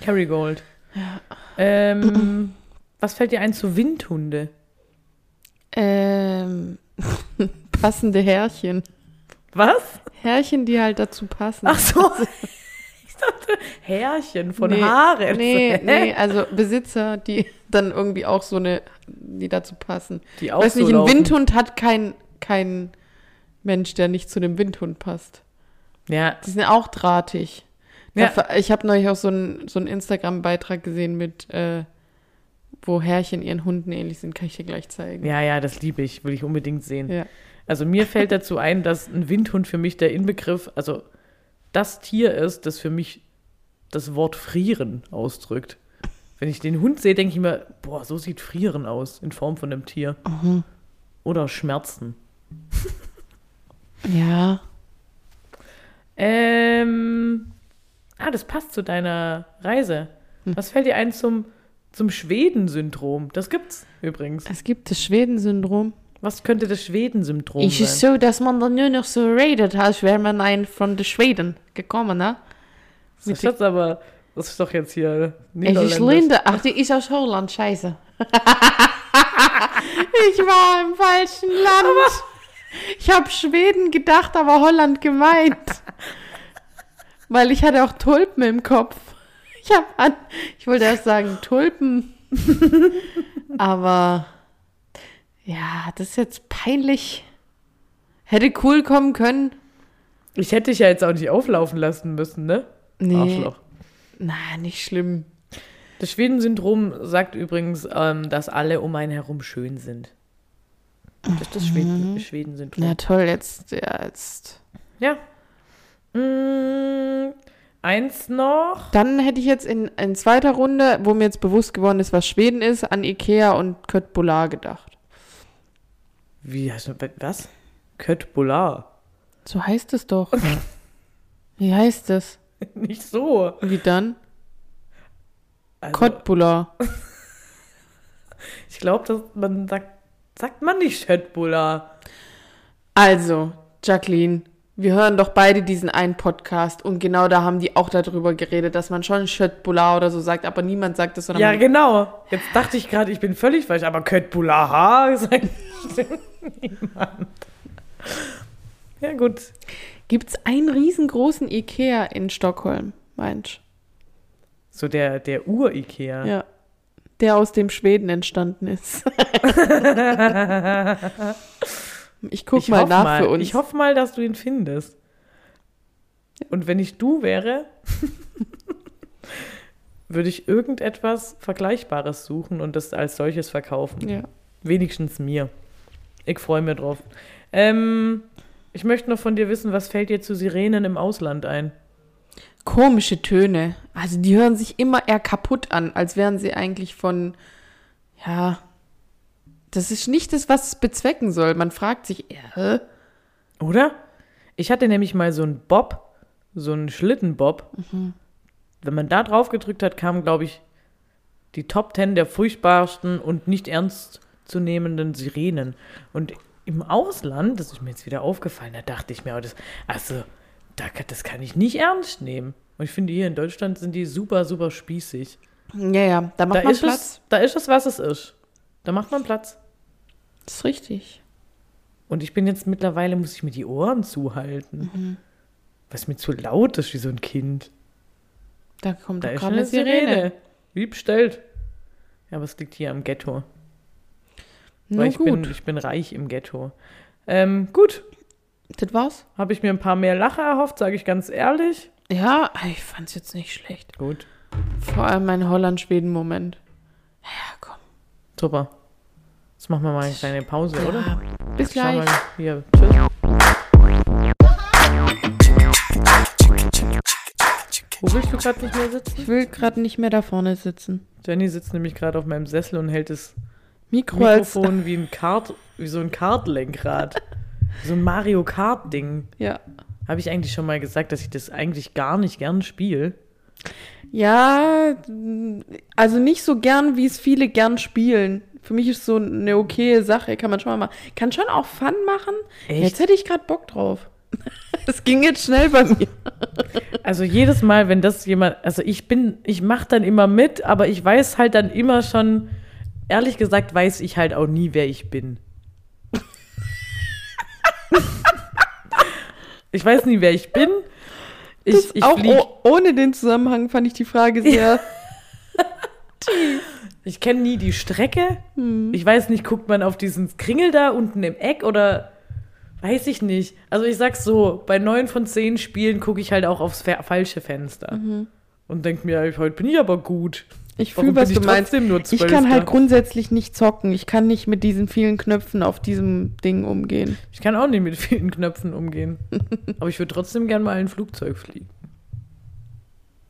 Kerrygold. Ähm, was fällt dir ein zu Windhunde?
Ähm, passende Härchen.
Was?
Herrchen, die halt dazu passen.
Ach so. Ich dachte, Härchen von Haaren.
Nee,
Hä?
nee, also Besitzer, die dann irgendwie auch so eine, die dazu passen.
Die
Ich
auch
weiß
so
nicht, ein
laufen.
Windhund hat kein, kein Mensch, der nicht zu dem Windhund passt.
Ja,
Die sind auch drahtig.
Ja.
Da- Ich habe neulich auch so einen so einen Instagram-Beitrag gesehen mit, äh, wo Herrchen ihren Hunden ähnlich sind, kann ich dir gleich zeigen.
ja, ja, das liebe ich, will ich unbedingt sehen.
Ja.
Also mir fällt dazu ein, dass ein Windhund für mich der Inbegriff, also das Tier ist, das für mich das Wort frieren ausdrückt. Wenn ich den Hund sehe, denke ich mir, boah, so sieht frieren aus in Form von einem Tier.
Mhm.
Oder Schmerzen.
ja.
Ähm, ah, das passt zu deiner Reise.
Hm.
Was fällt dir ein zum, zum Schweden-Syndrom? Das gibt's übrigens.
Es gibt das Schweden-Syndrom.
Was könnte das Schweden-Syndrom
Es ist
sein?
so, dass man dann nur noch so redet, als wäre man ein von den Schweden gekommen, ne?
Das ist jetzt aber, das ist doch jetzt hier
Es ist
Niederländisch.
Linde. Ach, die ist aus Holland, scheiße. ich war im falschen Land. Ich habe Schweden gedacht, aber Holland gemeint. Weil ich hatte auch Tulpen im Kopf. Ich habe an, ich wollte erst sagen Tulpen. aber ja, das ist jetzt peinlich. Hätte cool kommen können.
Ich hätte dich ja jetzt auch nicht auflaufen lassen müssen, ne?
Nee.
Arschloch.
Na, nicht schlimm.
Das Schweden-Syndrom sagt übrigens, ähm, dass alle um einen herum schön sind. Das ist das Schweden- Schweden-Syndrom.
Na toll, jetzt, ja, jetzt.
Ja. Mm, eins noch.
Dann hätte ich jetzt in, in zweiter Runde, wo mir jetzt bewusst geworden ist, was Schweden ist, an Ikea und Kött Bolar gedacht.
Wie heißt das? Was? Köttbullar.
So heißt es doch. Wie heißt es?
Nicht so.
Wie dann?
Also,
Kottbullar.
Ich glaube, dass man sagt, sagt man nicht Köttbullar.
Also, Jacqueline, wir hören doch beide diesen einen Podcast und genau da haben die auch darüber geredet, dass man schon Schöttbullar oder so sagt, aber niemand sagt es, sondern
Ja,
man
genau. Jetzt dachte ich gerade, ich bin völlig falsch, aber Köttbullar ha, sagt niemand. Ja, gut.
gibt es einen riesengroßen Ikea in Stockholm, meinst
So der, der Ur-Ikea.
du? Ja. Der aus dem Schweden entstanden ist. ich guck
Ich
mal
hoff
nach für uns.
Ich hoffe mal, dass du ihn findest. Und wenn ich du wäre, würde ich irgendetwas Vergleichbares suchen und das als solches verkaufen.
Ja.
Wenigstens mir. Ich freue mich drauf. Ähm, ich möchte noch von dir wissen, was fällt dir zu Sirenen im Ausland ein?
Komische Töne. Also die hören sich immer eher kaputt an, als wären sie eigentlich von, ja, das ist nicht das, was es bezwecken soll. Man fragt sich, äh,
Oder? Ich hatte nämlich mal so einen Bob, so einen Schlittenbob.
Mhm.
Wenn man da drauf gedrückt hat, kamen, glaube ich, die Top Ten der furchtbarsten und nicht ernst zu nehmenden Sirenen. Und im Ausland, das ist mir jetzt wieder aufgefallen, da dachte ich mir, oh, das, also, da, kann- das kann ich nicht ernst nehmen. Und ich finde, hier in Deutschland sind die super, super spießig.
ja, ja, da macht
Da
man
ist,
Platz.
es, da ist es, was es ist. Da macht man Platz.
Das ist richtig.
Und ich bin jetzt mittlerweile, muss ich mir die Ohren zuhalten. Was mir zu laut ist, wie so ein Kind.
Da kommt
Da
doch
ist
gerade
eine Sirene.
Sirene.
Wie bestellt. Ja, aber es liegt hier am Ghetto.
Na
Weil ich
gut,
bin, ich bin reich im Ghetto. Ähm, gut,
das war's.
habe ich mir ein paar mehr Lacher erhofft, sage ich ganz ehrlich.
Ja, ich fand's jetzt nicht schlecht.
Gut.
Vor allem mein Holland-Schweden-Moment. Ja, komm.
Super. Jetzt machen wir mal eine kleine Pause, oder?
Ja, Ah, bis
Schau
gleich.
mal hier. Tschüss. Wo willst du gerade nicht mehr sitzen?
Ich will gerade nicht mehr da vorne sitzen.
Jenny sitzt nämlich gerade auf meinem Sessel und hält das
Mikro, als...
Mikrofon wie ein Kart, wie so ein Kartlenkrad. so ein Mario Kart-Ding.
Ja.
Habe ich eigentlich schon mal gesagt, dass ich das eigentlich gar nicht gern spiele?
Ja, also nicht so gern, wie es viele gern spielen. Für mich ist so eine okaye Sache, kann man schon mal machen. Kann schon auch Fun machen.
Echt?
Jetzt hätte ich gerade Bock drauf. Es ging jetzt schnell bei mir.
Also jedes Mal, wenn das jemand, also ich bin, ich mache dann immer mit, aber ich weiß halt dann immer schon, ehrlich gesagt, weiß ich halt auch nie, wer ich bin. Ich weiß nie, wer ich bin. Ich,
Das
ich
auch
flieg-
o- ohne den Zusammenhang fand ich die Frage sehr.
Ich kenne nie die Strecke.
Hm.
Ich weiß nicht, guckt man auf diesen Kringel da unten im Eck oder weiß ich nicht. Also ich sag's so, bei neun von zehn Spielen gucke ich halt auch aufs fe falsche Fenster. Und denk mir, ey, heute bin ich aber gut.
Mhm. Ich
Warum
fühle, was
bin ich
du meinst.
trotzdem nur
Ich kann
Zwölfter?
halt grundsätzlich nicht zocken. Ich kann nicht mit diesen vielen Knöpfen auf diesem Ding umgehen.
Ich kann auch nicht mit vielen Knöpfen umgehen. aber ich würde trotzdem gern mal ein Flugzeug fliegen.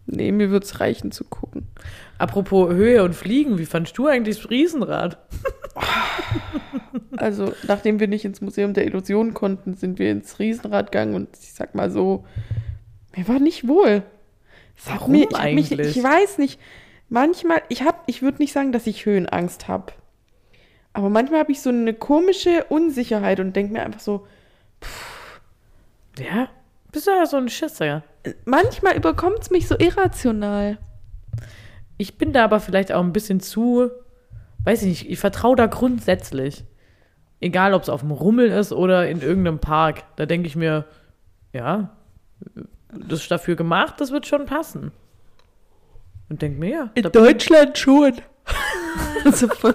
Nee, mir würde es reichen zu gucken.
Apropos Höhe und Fliegen, wie fandst du eigentlich das Riesenrad?
Also, nachdem wir nicht ins Museum der Illusion konnten, sind wir ins Riesenrad gegangen und ich sag mal so, mir war nicht wohl. Es hat
Warum
mir, ich hab
eigentlich?
Mich, ich weiß nicht. Manchmal, ich hab, ich würde nicht sagen, dass ich Höhenangst habe. Aber manchmal habe ich so eine komische Unsicherheit und denke mir einfach so,
Ja, bist du ja so ein Schisser.
manchmal überkommt es mich so irrational.
Ich bin da aber vielleicht auch ein bisschen zu, weiß ich nicht, ich vertraue da grundsätzlich. Egal, ob es auf dem Rummel ist oder in irgendeinem Park. Da denke ich mir, ja, das ist dafür gemacht, das wird schon passen. Und denke mir, ja. da-
Deutschland schon. also von,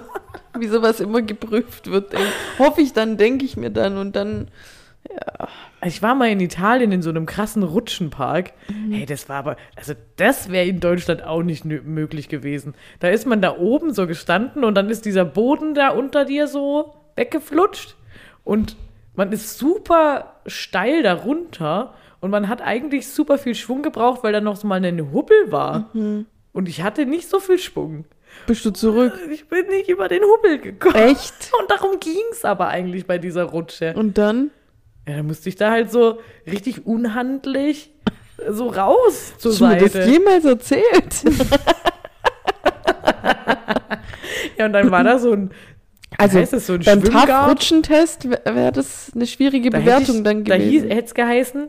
wie sowas immer geprüft wird, ey. hoffe ich dann, denke ich mir dann und dann.
Ich war mal in Italien in so einem krassen Rutschenpark. Hey, das war aber, also das wäre in Deutschland auch nicht nö- möglich gewesen. Da ist man da oben so gestanden und dann ist dieser Boden da unter dir so weggeflutscht und man ist super steil da runter und man hat eigentlich super viel Schwung gebraucht, weil da noch so mal eine Hubbel war. Und ich hatte nicht so viel Schwung.
hm, Bist du zurück?
Ich bin nicht über den Hubbel gekommen.
Echt?
Und darum ging's aber eigentlich bei dieser Rutsche.
Und dann?
Ja, dann musste ich da halt so richtig unhandlich so raus zur
Hast du mir das
Seite.
jemals erzählt?
Ja, und dann war da so ein,
Also
heißt das, so ein
beim
Schwimmgarten?
TAF-Rutschentest wäre das eine schwierige
da
Bewertung
hätte
dann
ich, da hieß,
gewesen.
hätte es geheißen,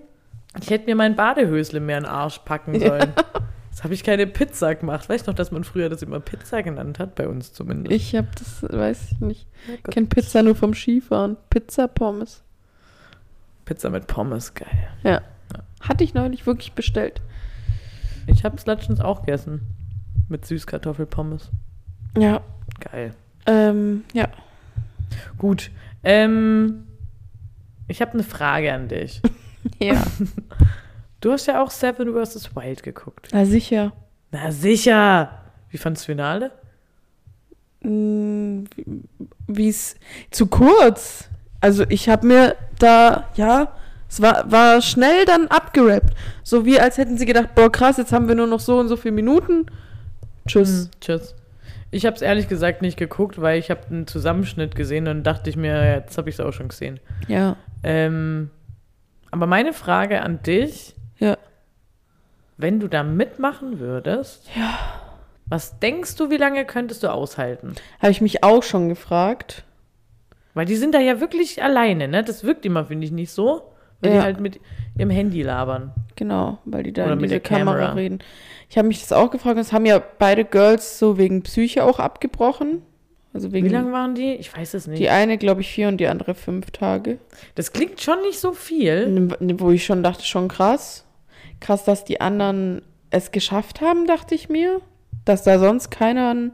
ich hätte mir mein Badehösle mehr in den Arsch packen sollen. Jetzt habe ich keine Pizza gemacht. Weißt du noch, dass man früher das immer Pizza genannt hat, bei uns zumindest. Oh
ich habe das, weiß ich nicht.
Gott.
Ich kenne Pizza nur vom Skifahren. Pizza-Pommes.
Pizza mit Pommes, geil.
Ja. Hatte ich neulich wirklich bestellt.
Ich habe es letztens auch gegessen. Mit Süßkartoffelpommes.
Ja.
Geil.
Ähm, ja.
Gut. Ähm, ich habe eine Frage an dich.
Ja.
Du hast ja auch Seven vs. Wild geguckt.
Na sicher.
Na sicher. Wie fandst du Finale?
Mm, Wie es zu kurz. Also ich habe mir da, ja, es war, war schnell dann abgerappt. So wie als hätten sie gedacht, boah krass, jetzt haben wir nur noch so und so viele Minuten. Tschüss.
Hm, Tschüss. Ich habe es ehrlich gesagt nicht geguckt, weil ich habe einen Zusammenschnitt gesehen und dachte ich mir, ja, jetzt habe ich es auch schon gesehen.
Ja.
Ähm, aber meine Frage an dich,
Ja.
wenn du da mitmachen würdest, was denkst du, wie lange könntest du aushalten?
Habe ich mich auch schon gefragt.
Weil die sind da ja wirklich alleine, ne? Das wirkt immer, finde ich, nicht so, weil die
Ja.
halt mit ihrem Handy labern.
Genau, weil die da
Oder
in
mit
diese
der Kamera.
Kamera. reden. Ich habe mich das auch gefragt. und Es haben ja beide Girls so wegen Psyche auch abgebrochen. Also wegen
Wie lange waren die? Ich weiß es nicht.
die eine, glaube ich, vier und die andere fünf Tage.
Das klingt schon nicht so viel.
Ne, Wo ich schon dachte, schon krass. Krass, dass die anderen es geschafft haben, dachte ich mir. Dass da sonst keiner einen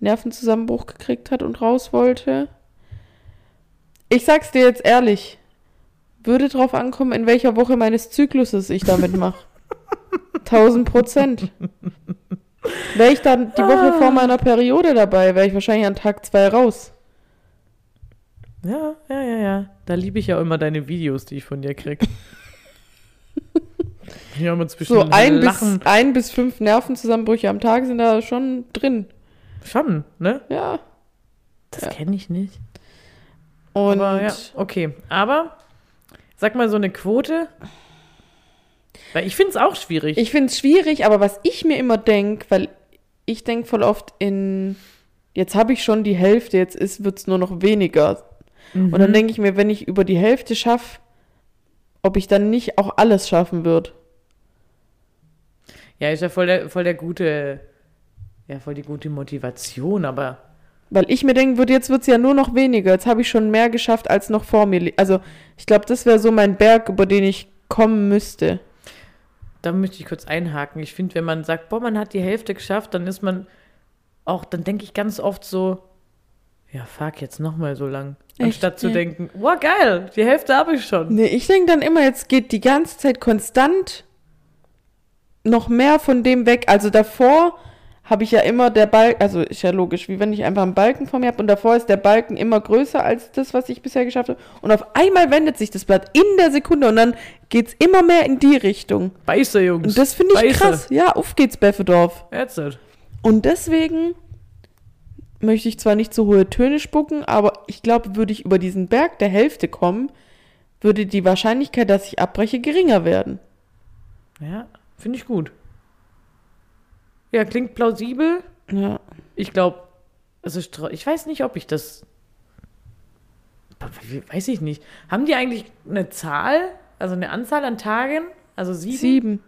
Nervenzusammenbruch gekriegt hat und raus wollte. Ich sag's dir jetzt ehrlich. Würde drauf ankommen, in welcher Woche meines Zykluses ich damit mache. 1000 Prozent. Wäre ich dann die Woche
Ah.
vor meiner Periode dabei, wäre ich wahrscheinlich an Tag zwei raus.
Ja, ja, ja, ja. Da liebe ich ja immer deine Videos, die ich von dir krieg. Hier haben wir zwischen
So ein bis,
Lachen
ein bis fünf Nervenzusammenbrüche am Tag sind da schon drin.
schon, ne?
Ja.
Das
Ja.
kenne ich nicht.
Und
Aber ja, okay. Aber sag mal so eine Quote. Weil ich finde es auch schwierig.
ich finde es schwierig, aber was ich mir immer denke, weil ich denke voll oft in, jetzt habe ich schon die Hälfte, jetzt ist wird's nur noch weniger. Und
Mhm.
dann denke ich mir, wenn ich über die Hälfte schaffe, ob ich dann nicht auch alles schaffen würde.
ja, ist ja voll der, voll der gute, ja, voll die gute Motivation, aber
Weil ich mir denken würde, jetzt wird's ja nur noch weniger. Jetzt habe ich schon mehr geschafft, als noch vor mir. li- Also ich glaube, das wäre so mein Berg, über den ich kommen müsste.
Da möchte ich kurz einhaken. Ich finde, wenn man sagt, boah, man hat die Hälfte geschafft, dann ist man auch, dann denke ich ganz oft so, ja, fuck, jetzt nochmal so lang.
Echt?
Anstatt zu
Ja.
denken, wow, geil, die Hälfte habe ich schon.
Nee, ich denke dann immer, jetzt geht die ganze Zeit konstant noch mehr von dem weg. Also davor habe ich ja immer der Balken, also ist ja logisch, wie wenn ich einfach einen Balken vor mir habe und davor ist der Balken immer größer als das, was ich bisher geschafft habe. Und auf einmal wendet sich das Blatt in der Sekunde und dann geht's immer mehr in die Richtung.
Beiße, Jungs.
Und das finde ich
Beiße.
krass. Ja, auf geht's, Beffedorf.
That's it.
Und deswegen möchte ich zwar nicht so hohe Töne spucken, aber ich glaube, würde ich über diesen Berg der Hälfte kommen, würde die Wahrscheinlichkeit, dass ich abbreche, geringer werden.
Ja, finde ich gut. Ja, klingt plausibel.
Ja.
Ich glaube, es ist. tro- Ich weiß nicht, ob ich das. Weiß ich nicht. Haben die eigentlich eine Zahl, also eine Anzahl an Tagen? Also sieben?
Sieben.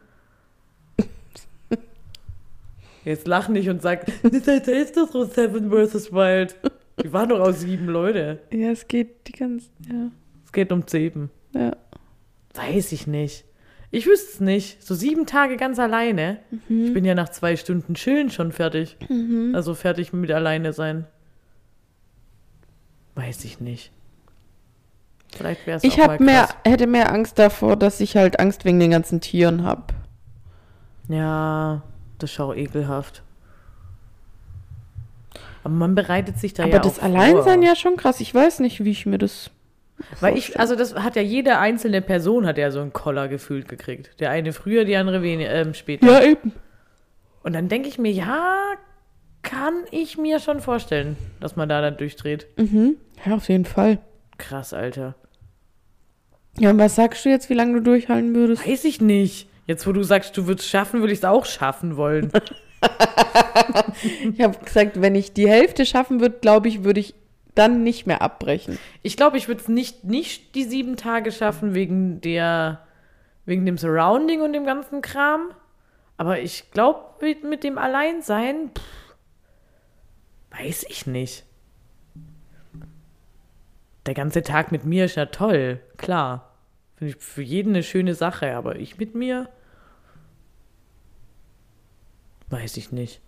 Jetzt lach nicht und sag, das ist das so Seven vs. Wild. Die waren doch aus sieben Leute.
Ja, es geht die ganze. Ja.
Es geht um sieben.
ja.
Weiß ich nicht. Ich wüsste es nicht. So sieben Tage ganz alleine.
Mhm.
Ich bin ja nach zwei Stunden chillen schon fertig. Also fertig mit alleine sein. Weiß ich nicht. Vielleicht wäre es
Ich hab mehr, hätte mehr Angst davor, dass ich halt Angst wegen den ganzen Tieren habe.
Ja, das ist auch ekelhaft. Aber man bereitet sich da
Aber
ja
das
auch
Alleinsein
vor.
ja schon krass. Ich weiß nicht, wie ich mir das.
Weil ich, also das hat ja jede einzelne Person hat ja so einen Koller gefühlt gekriegt. Der eine früher, die andere wen, ähm, später.
Ja, eben.
Und dann denke ich mir, ja, kann ich mir schon vorstellen, dass man da dann durchdreht.
Mhm. Ja, auf jeden Fall.
Krass, Alter.
Ja, und was sagst du jetzt, wie lange du durchhalten würdest?
Weiß ich nicht. Jetzt, wo du sagst, du würdest schaffen, würde ich es auch schaffen wollen.
Ich habe gesagt, wenn ich die Hälfte schaffen würde, glaube ich, würde ich dann nicht mehr abbrechen.
Ich glaube, ich würde es nicht, nicht die sieben Tage schaffen wegen der, wegen dem Surrounding und dem ganzen Kram. Aber ich glaube, mit, mit dem Alleinsein, pff, weiß ich nicht. Der ganze Tag mit mir ist ja toll, klar. Finde ich für jeden eine schöne Sache, aber ich mit mir, weiß ich nicht.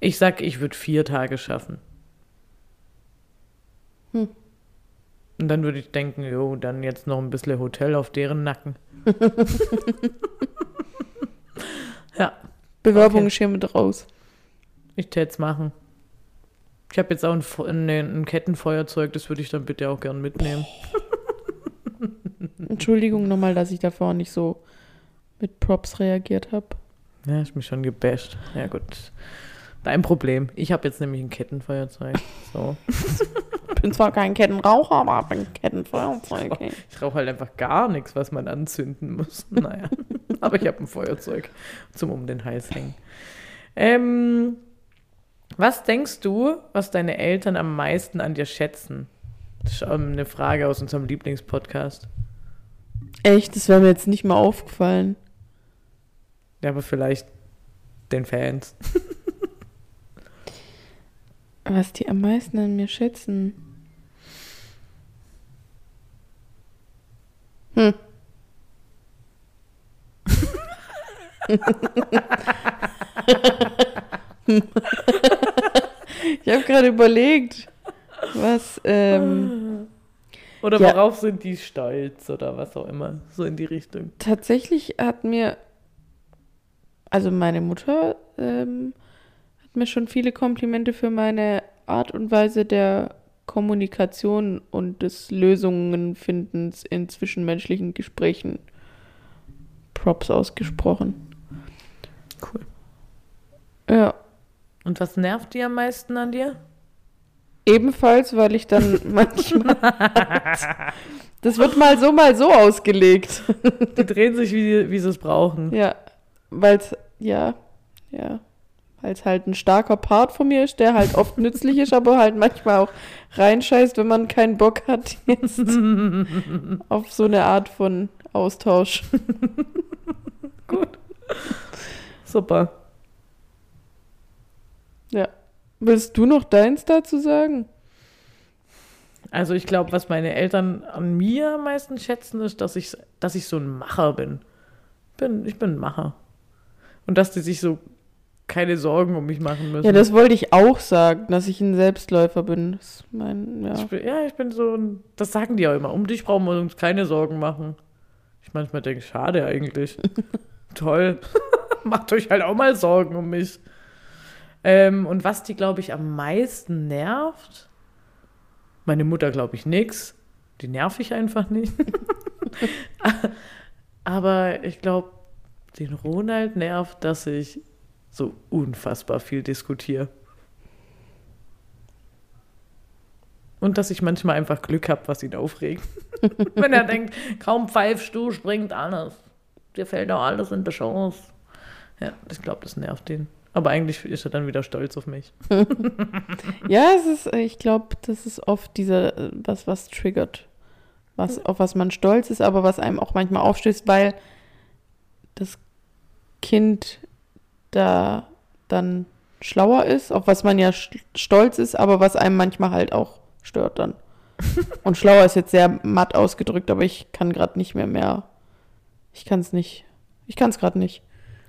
Ich sag, ich würde vier Tage schaffen. Und dann würde ich denken, jo, dann jetzt noch ein bisschen Hotel auf deren Nacken. ja,
Bewerbungsschirme draus.
ich täte es machen. Ich habe jetzt auch ein, Fe- ne, ein Kettenfeuerzeug, das würde ich dann bitte auch gern mitnehmen.
Entschuldigung nochmal, dass ich davor nicht so mit Props reagiert habe.
Ja, ist mich schon gebasht. Ja, gut. Dein Problem. Ich habe jetzt nämlich ein Kettenfeuerzeug. So.
Ich bin zwar kein Kettenraucher, aber hab ein Kettenfeuerzeug. ey.
Ich rauche halt einfach gar nichts, was man anzünden muss. Naja, aber ich habe ein Feuerzeug zum um den Hals hängen. Ähm, was denkst du, was deine Eltern am meisten an dir schätzen? Das ist ähm, eine Frage aus unserem Lieblingspodcast.
Echt, das wäre mir jetzt nicht mal aufgefallen.
Ja, aber vielleicht den Fans.
Was die am meisten an mir schätzen. Hm. ich habe gerade überlegt, was. Ähm,
Oder
Ja.
worauf sind die stolz oder was auch immer? So in die Richtung.
tatsächlich hat mir, also meine Mutter ähm, hat mir schon viele Komplimente für meine Art und Weise der Kommunikation und des Lösungenfindens in zwischenmenschlichen Gesprächen Props ausgesprochen.
Cool.
Ja.
Und was nervt dir am meisten an dir?
Ebenfalls, weil ich dann manchmal. das wird mal so, mal so ausgelegt.
Die drehen sich, wie, wie sie es brauchen.
Ja, weil es, ja, ja, weil es halt ein starker Part von mir ist, der halt oft nützlich ist, aber halt manchmal auch reinscheißt, wenn man keinen Bock hat jetzt auf so eine Art von Austausch.
Super.
Willst du noch deins dazu sagen?
Also ich glaube, was meine Eltern an mir am meisten schätzen, ist, dass ich, dass ich so ein Macher bin. bin ich bin ein Macher. Und dass die sich so keine Sorgen um mich machen müssen.
Ja, das wollte ich auch sagen, dass ich ein Selbstläufer bin. Das ist mein, ja.
ich bin, ja, ich bin so ein, das sagen die ja immer, um dich brauchen wir uns keine Sorgen machen. Ich manchmal denke, schade eigentlich. Toll. Macht euch halt auch mal Sorgen um mich. Ähm, und was die, glaube ich, am meisten nervt, meine Mutter, glaube ich, nix. Die nerv ich einfach nicht. Aber ich glaube, den Ronald nervt, dass ich so unfassbar viel diskutiere. Und dass ich manchmal einfach Glück habe, was ihn aufregt. Wenn er denkt, kaum pfeifst du, springt alles. Dir fällt auch alles in der Chance. Ja, ich glaube, das nervt ihn. Aber eigentlich ist er dann wieder stolz auf mich.
ja, es ist, äh, ich glaube, das ist oft dieser, äh, was, was triggert. Was, auf was man stolz ist, aber was einem auch manchmal aufstößt, weil das Kind da dann schlauer ist, auf was man ja sch- stolz ist, aber was einem manchmal halt auch stört dann. Und schlauer ist jetzt sehr matt ausgedrückt, aber ich kann gerade nicht mehr mehr. Ich kann es nicht. Ich kann es gerade nicht.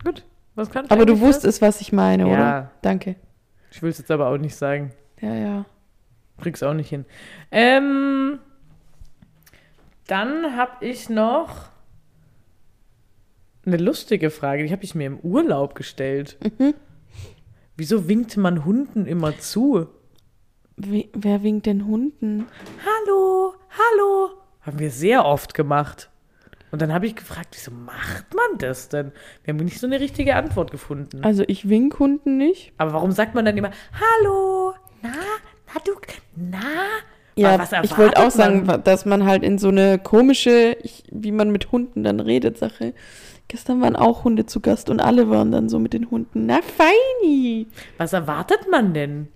Gut, was kannst
Aber du
eigentlich das?
wusstest, was ich meine,
Ja.
oder? Danke.
Ich will es jetzt aber auch nicht sagen.
Ja, ja.
Krieg's auch nicht hin. Ähm, dann habe ich noch eine lustige Frage, die habe ich mir im Urlaub gestellt.
Mhm.
Wieso winkt man Hunden immer zu?
Wie, wer winkt den Hunden?
Hallo, hallo. Haben wir sehr oft gemacht. Und dann habe ich gefragt, wieso macht man das denn? Wir haben nicht so eine richtige Antwort gefunden.
Also ich wink Hunden nicht.
Aber warum sagt man dann immer, hallo, na, na du, na?
Ja,
Was
ich wollte auch
erwartet man?
sagen, dass man halt in so eine komische, ich, wie man mit Hunden dann redet, Sache. Gestern waren auch Hunde zu Gast und alle waren dann so mit den Hunden. Na, feini.
Was erwartet man denn?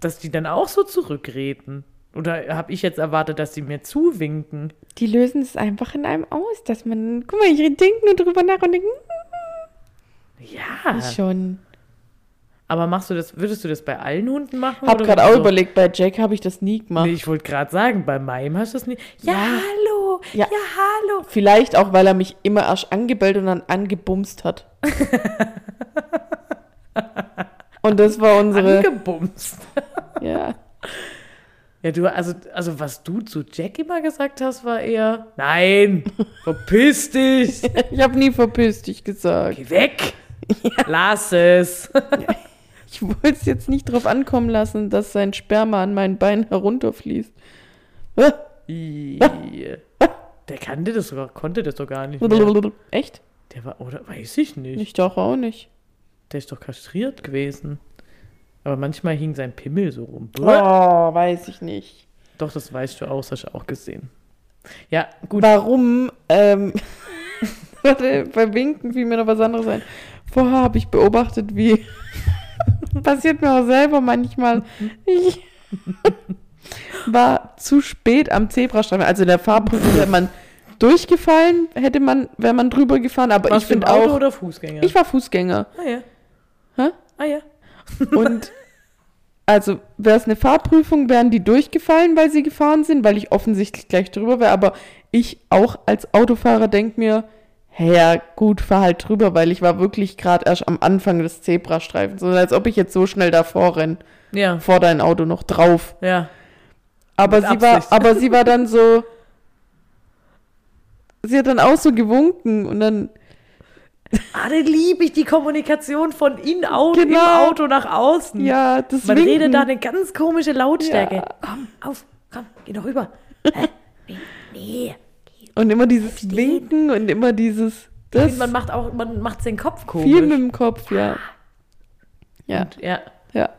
Dass die dann auch so zurückreden? Oder habe ich jetzt erwartet, dass die mir zuwinken?
Die lösen es einfach in einem aus, dass man, guck mal, ich denke nur drüber nach und denke,
Ja.
schon.
Aber machst du das, würdest du das bei allen Hunden machen?
Hab
oder
gerade
würdest
auch
du-
überlegt, bei Jack habe ich das nie gemacht.
Nee, ich wollte gerade sagen, bei meinem hast du das nie. Ja,
Ja.
hallo. Ja.
Ja.
hallo.
Vielleicht auch, weil er mich immer erst angebellt und dann angebumst hat. und das war unsere.
Angebumst.
ja.
Ja, du, also, also was du zu Jack immer gesagt hast, war eher, nein, verpiss dich,
Ich habe nie verpiss dich gesagt.
geh weg, lass es.
Ich wollte es jetzt nicht drauf ankommen lassen, dass sein Sperma an meinen Beinen herunterfließt.
Ih. Der kannte das sogar, konnte das doch gar nicht mehr.
Echt?
Der war, oder weiß ich nicht.
Ich doch auch nicht.
Der ist doch kastriert gewesen. Aber manchmal hing sein Pimmel so rum.
Oh,
Buah.
weiß ich nicht.
Doch, das weißt du auch, das hast du auch gesehen. Ja, gut.
Warum? Ähm, warte, bei Winken fiel mir noch was anderes ein. Vorher habe ich beobachtet, wie. passiert mir auch selber manchmal. Ich war zu spät am Zebrastreifen. Also in der Fahrprüfung wäre man durchgefallen, hätte man, wäre man drüber gefahren. Aber
Warst
ich
du im
finde
Auto
auch.
oder Fußgänger?
Ich war Fußgänger.
ah ja.
Hä?
Ah ja.
Und also wäre es eine Fahrprüfung, wären die durchgefallen, weil sie gefahren sind, weil ich offensichtlich gleich drüber wäre. Aber ich auch als Autofahrer denke mir, hey, ja, gut, fahr halt drüber, weil ich war wirklich gerade erst am Anfang des Zebrastreifens. Und als ob ich jetzt so schnell davor renn,
Ja.
vor dein Auto noch drauf.
Ja.
Aber
Mit
sie, war,
Absicht.
aber sie war dann so. Sie hat dann auch so gewunken und dann
Ah, dann liebe ich die Kommunikation von in Auto,
Genau.
im Auto nach außen.
ja das
Man
Winken.
redet da eine ganz komische Lautstärke.
Ja.
Komm, auf, komm, geh doch rüber. Hä? Nee.
und immer dieses Winken und immer dieses das
Man macht auch, man macht den Kopf komisch.
Viel mit dem Kopf, ja. Ja,
Und, ja.
ja.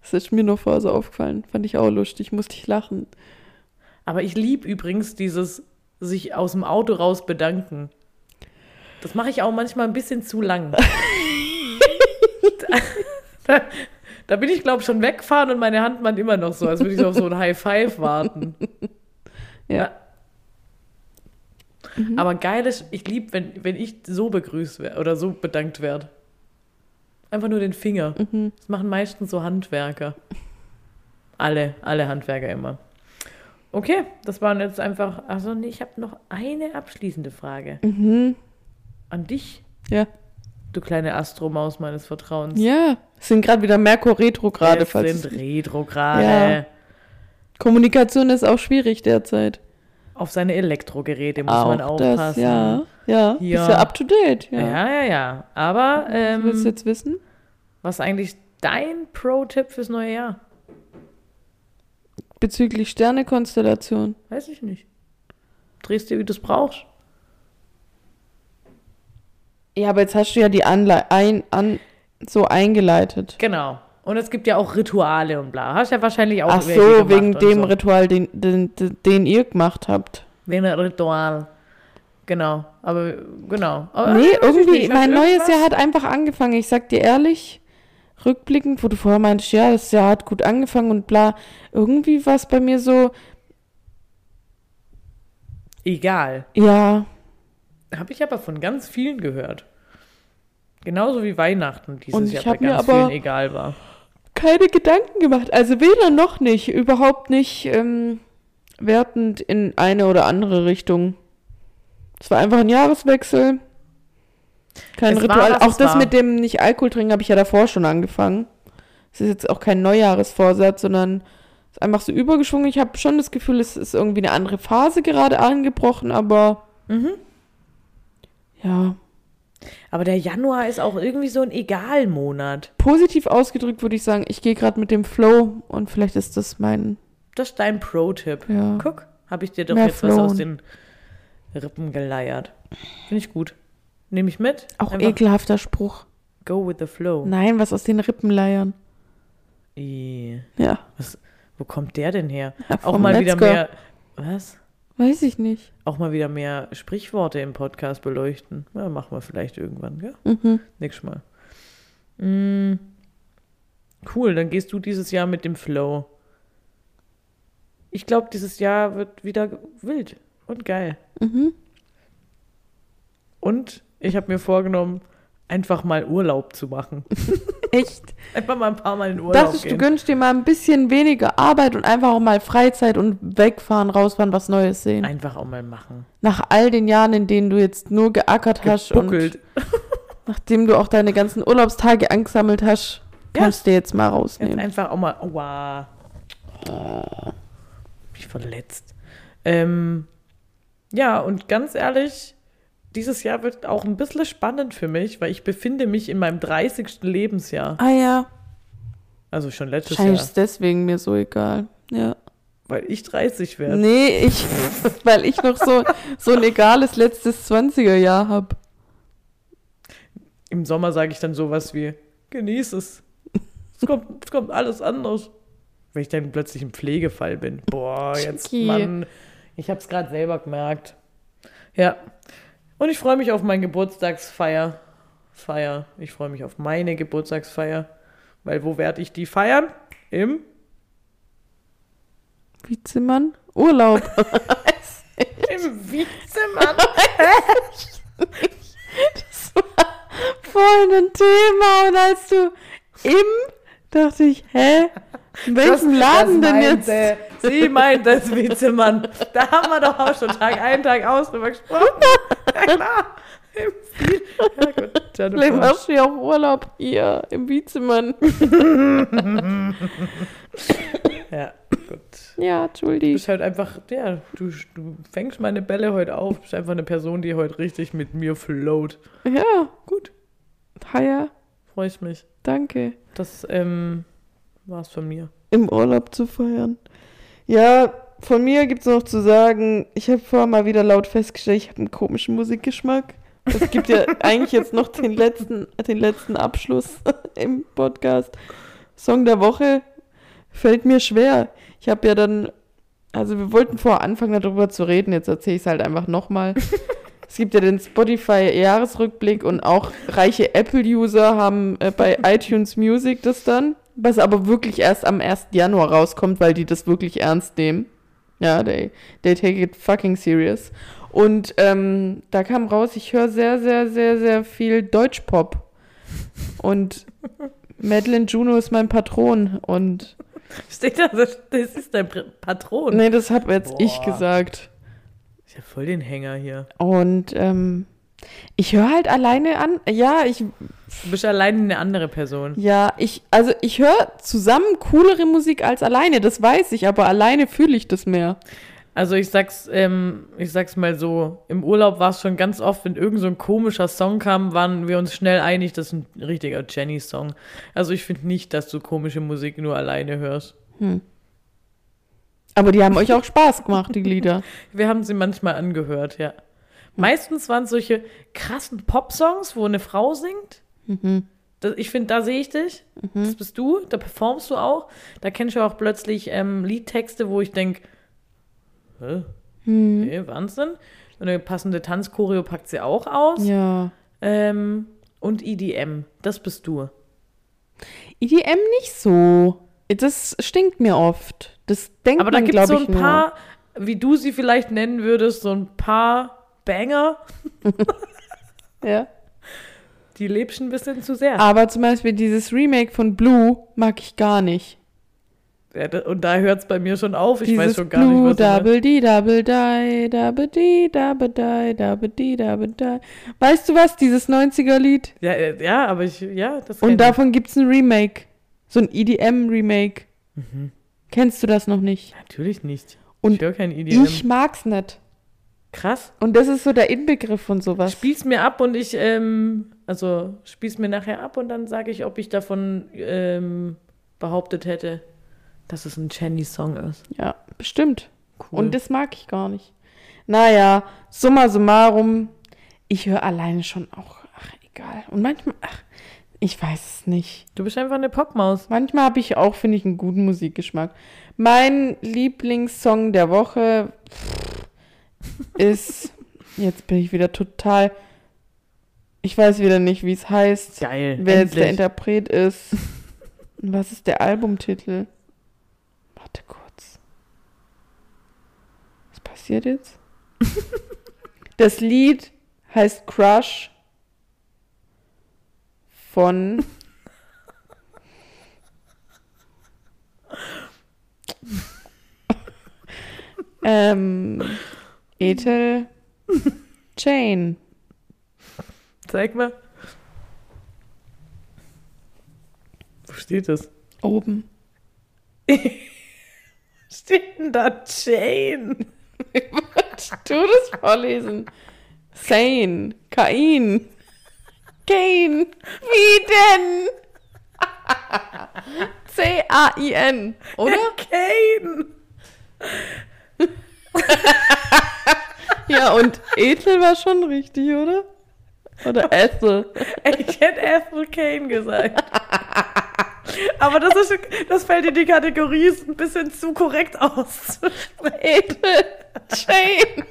Das ist mir nur vorher so aufgefallen. Fand ich auch lustig, musste ich lachen.
Aber ich liebe übrigens dieses sich aus dem Auto raus bedanken. Das mache ich auch manchmal ein bisschen zu lang. da, da, da bin ich, glaube ich, schon weggefahren und meine Hand man immer noch so, als würde ich auf so ein High Five warten.
Ja.
Aber geil ist, ich liebe, wenn, wenn ich so begrüßt werde oder so bedankt werde. Einfach nur den Finger. Das machen meistens so Handwerker. Alle, alle Handwerker immer. Okay, das waren jetzt einfach. Also nee, ich habe noch eine abschließende Frage
Mhm.
an dich,
Ja.
du kleine Astromaus meines Vertrauens.
Ja. Es sind gerade wieder Merkur retrograde,
Es
falls.
sind Retrograde.
Ja. Kommunikation ist auch schwierig derzeit.
Auf seine Elektrogeräte muss man aufpassen.
das, ja. Ja. Ist
Ja.
ja up to date, ja.
ja, ja, ja. Aber
Ähm, Willst du
ähm,
jetzt wissen?
was ist eigentlich dein Pro-Tipp fürs neue Jahr?
Bezüglich Sternekonstellation.
Weiß ich nicht. Drehst dir, wie du es brauchst.
Ja, aber jetzt hast du ja die Anle ein, an so eingeleitet.
Genau. Und es gibt ja auch Rituale und bla. Hast ja wahrscheinlich auch
Ach
welche
so,
gemacht
wegen
und
dem
so.
Ritual, den, den, den ihr gemacht habt.
Wegen dem Ritual. Genau. Aber genau. Aber,
nee,
weiß ich
irgendwie,
nicht.
mein
Irgendwas-
neues Jahr hat einfach angefangen. Ich sag dir ehrlich, rückblickend, wo du vorher meintest, ja, das Jahr hat gut angefangen und bla. Irgendwie war es bei mir so,
Egal.
ja,
Habe ich aber von ganz vielen gehört. Genauso wie Weihnachten dieses
Und ich
Jahr
hab
bei
mir
ganz
aber-
vielen egal war.
keine Gedanken gemacht. Also weder noch nicht, überhaupt nicht ähm, wertend in eine oder andere Richtung. Es war einfach ein Jahreswechsel. Kein
Es war,
Ritual.
was
auch
es
das
war.
mit dem nicht Alkohol trinken habe ich ja davor schon angefangen. Es ist jetzt auch kein Neujahresvorsatz, sondern es ist einfach so übergeschwungen. Ich habe schon das Gefühl, es ist irgendwie eine andere Phase gerade angebrochen, aber
Mhm.
ja.
Aber der Januar ist auch irgendwie so ein Egal-Monat.
Positiv ausgedrückt würde ich sagen, ich gehe gerade mit dem Flow und vielleicht ist das mein,
Das ist dein Pro-Tipp.
ja.
Guck, habe ich dir doch
Mehr
jetzt was aus
flown.
den Rippen geleiert. Finde ich gut. Nehme ich mit.
Auch
Einfach
ekelhafter Spruch.
Go with the flow.
Nein, was aus den Rippen leiern.
I,
Ja,
wo kommt der denn her?
Ja,
Auch
vom
mal wieder
Metzger.
mehr. Was?
weiß ich nicht.
Auch mal wieder mehr Sprichworte im Podcast beleuchten. Ja, machen wir vielleicht irgendwann, gell?
Mhm.
Nächstes Mal. Mm. Cool, dann gehst du dieses Jahr mit dem Flow. Ich glaube, dieses Jahr wird wieder wild und geil.
Mhm.
Und ich habe mir vorgenommen, einfach mal Urlaub zu machen.
Echt?
Einfach mal ein paar Mal in Urlaub
Dachtest du,
gehen.
gönnst dir mal ein bisschen weniger Arbeit und einfach auch mal Freizeit und wegfahren, rausfahren, was Neues sehen.
einfach auch mal machen.
Nach all den Jahren, in denen du jetzt nur geackert hast
Gebuckelt.
und nachdem du auch deine ganzen Urlaubstage angesammelt hast,
Ja.
kannst du dir jetzt mal
Jetzt
rausnehmen.
einfach auch mal. Aua. Mich verletzt. Ähm, ja, und ganz ehrlich, dieses Jahr wird auch ein bisschen spannend für mich, weil ich befinde mich in meinem 30. Lebensjahr.
Ah ja,
Also schon letztes
wahrscheinlich
Jahr.
ist deswegen mir so egal. Ja.
Weil ich 30 werde.
Nee, ich, weil ich noch so, so ein egales letztes 20er-Jahr habe.
Im Sommer sage ich dann sowas wie, genieß es. Es kommt, es kommt alles anders. Wenn ich dann plötzlich im Pflegefall bin. Boah, jetzt,
Chicky.
Mann. Ich habe es gerade selber gemerkt. Ja. Und ich freue mich auf meine Geburtstagsfeier. Feier. Ich freue mich auf meine Geburtstagsfeier. Weil wo werde ich die feiern? Im
Wie Zimmern? Urlaub.
Im Wiezimmer.
voll ein Thema. Und als du im, dachte ich, hä? In welchem Laden denn jetzt?
meinte- Sie meint das Witzemann. Da haben wir doch auch schon Tag ein, Tag aus drüber gesprochen. Ja, klar. Im Ziel. Ja, gut.
Vielleicht
Jennifer.
machst du ja auch Urlaub hier im Wiezemann.
Ja, gut.
Ja,
Du
entschuldige.
bist halt einfach, ja, du, du fängst meine Bälle heute auf. Du bist einfach eine Person, die heute richtig mit mir float.
Ja,
Gut,
Haya,
freue ich mich.
danke.
Das ähm, war's von mir.
Im Urlaub zu feiern. Ja, von mir gibt's noch zu sagen, ich habe vorher mal wieder laut festgestellt, ich habe einen komischen Musikgeschmack. Es gibt ja eigentlich jetzt noch den letzten, den letzten Abschluss im Podcast. Song der Woche fällt mir schwer. Ich habe ja dann, also wir wollten vorher anfangen, darüber zu reden, jetzt erzähle ich es halt einfach nochmal. es gibt ja den Spotify-Jahresrückblick und auch reiche Apple-User haben äh, bei iTunes Music das dann, was aber wirklich erst am 1. Januar rauskommt, weil die das wirklich ernst nehmen. Ja, they, they take it fucking serious. Und ähm, da kam raus, ich höre sehr, sehr, sehr, sehr viel Deutschpop. Und Madeline Juno ist mein Patron. Und
Steht da, das das ist dein Pr- Patron.
Nee, das habe jetzt ich
Boah.
gesagt.
Ich hab voll den Hänger hier.
Und ähm, ich höre halt alleine an. Ja, ich,
Du bist allein eine andere Person.
ja, ich, also ich höre zusammen coolere Musik als alleine, das weiß ich, aber alleine fühle ich das mehr.
Also ich sag's, ähm, ich sag's mal so, im Urlaub war es schon ganz oft, wenn irgend so ein komischer Song kam, waren wir uns schnell einig, das ist ein richtiger Jenny-Song. Also ich finde nicht, dass du komische Musik nur alleine hörst.
Aber die haben euch auch Spaß gemacht, die Lieder.
Wir haben sie manchmal angehört, ja. Meistens waren es solche krassen Pop-Songs, wo eine Frau singt. Mhm. Das, ich finde, da sehe ich dich. Das bist du, da performst du auch. Da kennst du auch plötzlich ähm, Liedtexte, wo ich denke, hä?
Mhm.
Nee, Wahnsinn. Und eine passende Tanzchoreo packt sie auch aus.
Ja.
Ähm, und EDM, das bist du.
EDM E nicht so. Das stinkt mir oft. Das denkt
Aber da
man,
gibt es
glaube
so
ich,
ein paar, wie du sie vielleicht nennen würdest, so ein paar Banger,
nur. Ja.
die lebst ein bisschen zu sehr.
Aber zum Beispiel dieses Remake von Blue mag ich gar nicht.
Ja, da, und da hört es bei mir schon auf. Ich
dieses
weiß schon gar
Blue,
nicht, was du
Double D, Double Die, Double D, Double Die, Double D, Double Die. Weißt du was? Dieses 90er-Lied.
ja, ja, ja, aber ich, ja, das kenn
Und
ich.
davon gibt es ein Remake. So ein EDM-Remake. Kennst du das noch nicht?
Natürlich nicht.
Und
ich höre kein EDM.
Ich mag's nicht.
Krass.
Und das ist so der Inbegriff von sowas.
Spieß mir ab und ich, ähm, also spieß mir nachher ab und dann sage ich, ob ich davon ähm, behauptet hätte, dass es ein Jenny-Song ist.
Ja, bestimmt.
Cool.
Und das mag ich gar nicht. Naja, summa summarum, ich höre alleine schon auch, ach, egal. Und manchmal, ach, ich weiß es nicht.
du bist einfach eine Popmaus.
Manchmal habe ich auch, finde ich, einen guten Musikgeschmack. Mein Lieblingssong der Woche ist, jetzt bin ich wieder total, ich weiß wieder nicht, wie es heißt,
Geil.
wer jetzt der
endlich.
Interpret ist. Und Was ist der Albumtitel? Warte kurz. Was passiert jetzt? das Lied heißt Crush von ähm, Ethel Jane.
Zeig mal. Wo steht das?
Oben.
Steht denn da Jane?
Du das vorlesen. Sane. Kain. Kain. Wie denn? C-A-I-N. Oder?
Kane.
Ja, und Ethel war schon richtig, oder? Oder Ethel.
Ich hätte Ethel Kane gesagt. Aber das, ist, das fällt in die Kategorie, ist ein bisschen zu korrekt aus.
Ethel. Jane.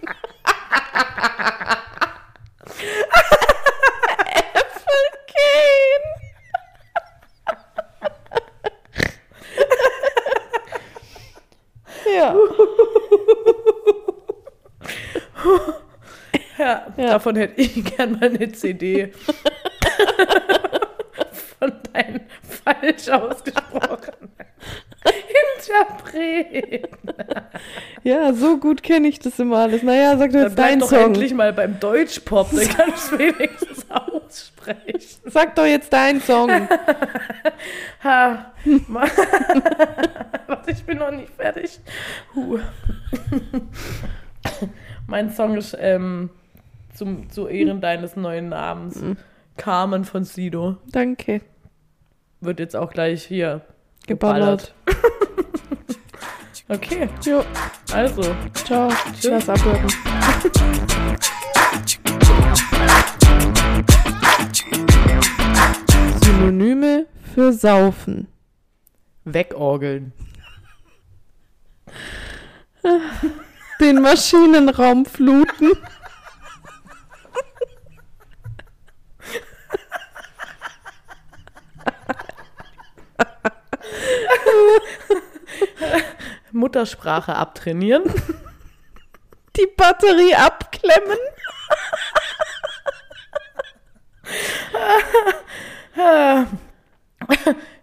Ethel Kane. Ja.
Ja,
Ja.
Davon hätte ich gern mal eine CD. Von deinen falsch ausgesprochenen Interpreten.
Ja, so gut kenne ich das immer alles. Naja, sag doch
Dann
jetzt
bleib
deinen
doch
Song.
endlich mal beim Deutschpop, dann kannst du wenigstens aussprechen.
Sag doch jetzt deinen Song.
Ha. Ma- Warte, ich bin noch nicht fertig. Huh. mein Song ist ähm, zum, zu Ehren deines neuen Namens.
Mhm.
Carmen von Sido.
Danke.
Wird jetzt auch gleich hier geballert.
Geballert.
Okay,
Jo,
also.
ciao. Tschüss. Lass abhören. Synonyme für Saufen.
Wegorgeln.
Den Maschinenraum fluten.
Muttersprache abtrainieren.
Die Batterie abklemmen.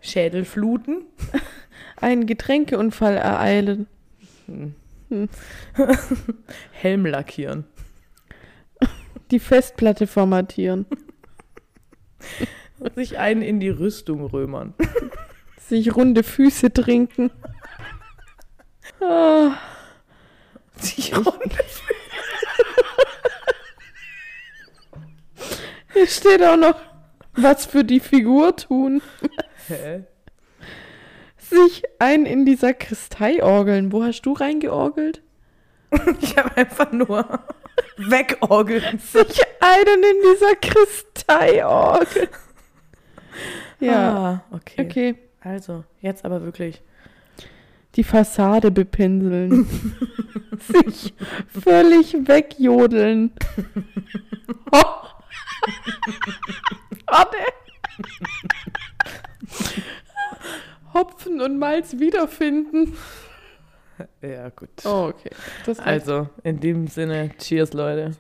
Schädel fluten.
einen Getränkeunfall ereilen.
Hm. Helm lackieren.
Die Festplatte formatieren.
Sich einen in die Rüstung römern.
Sich runde Füße trinken. Ah,
Die Runde.
hier steht auch noch, was für die Figur tun.
Hä?
Sich ein in die Sakristei orgeln. Wo hast du reingeorgelt?
Ich habe einfach nur wegorgeln.
Sich einen in die Sakristei orgeln. Ja,
Ah, okay.
okay.
Also, jetzt aber wirklich.
Die Fassade bepinseln. Sich völlig wegjodeln. Oh. Warte. Hopfen und Malz wiederfinden.
Ja, gut.
Oh, okay. Das reicht.
Also, in dem Sinne, cheers, Leute.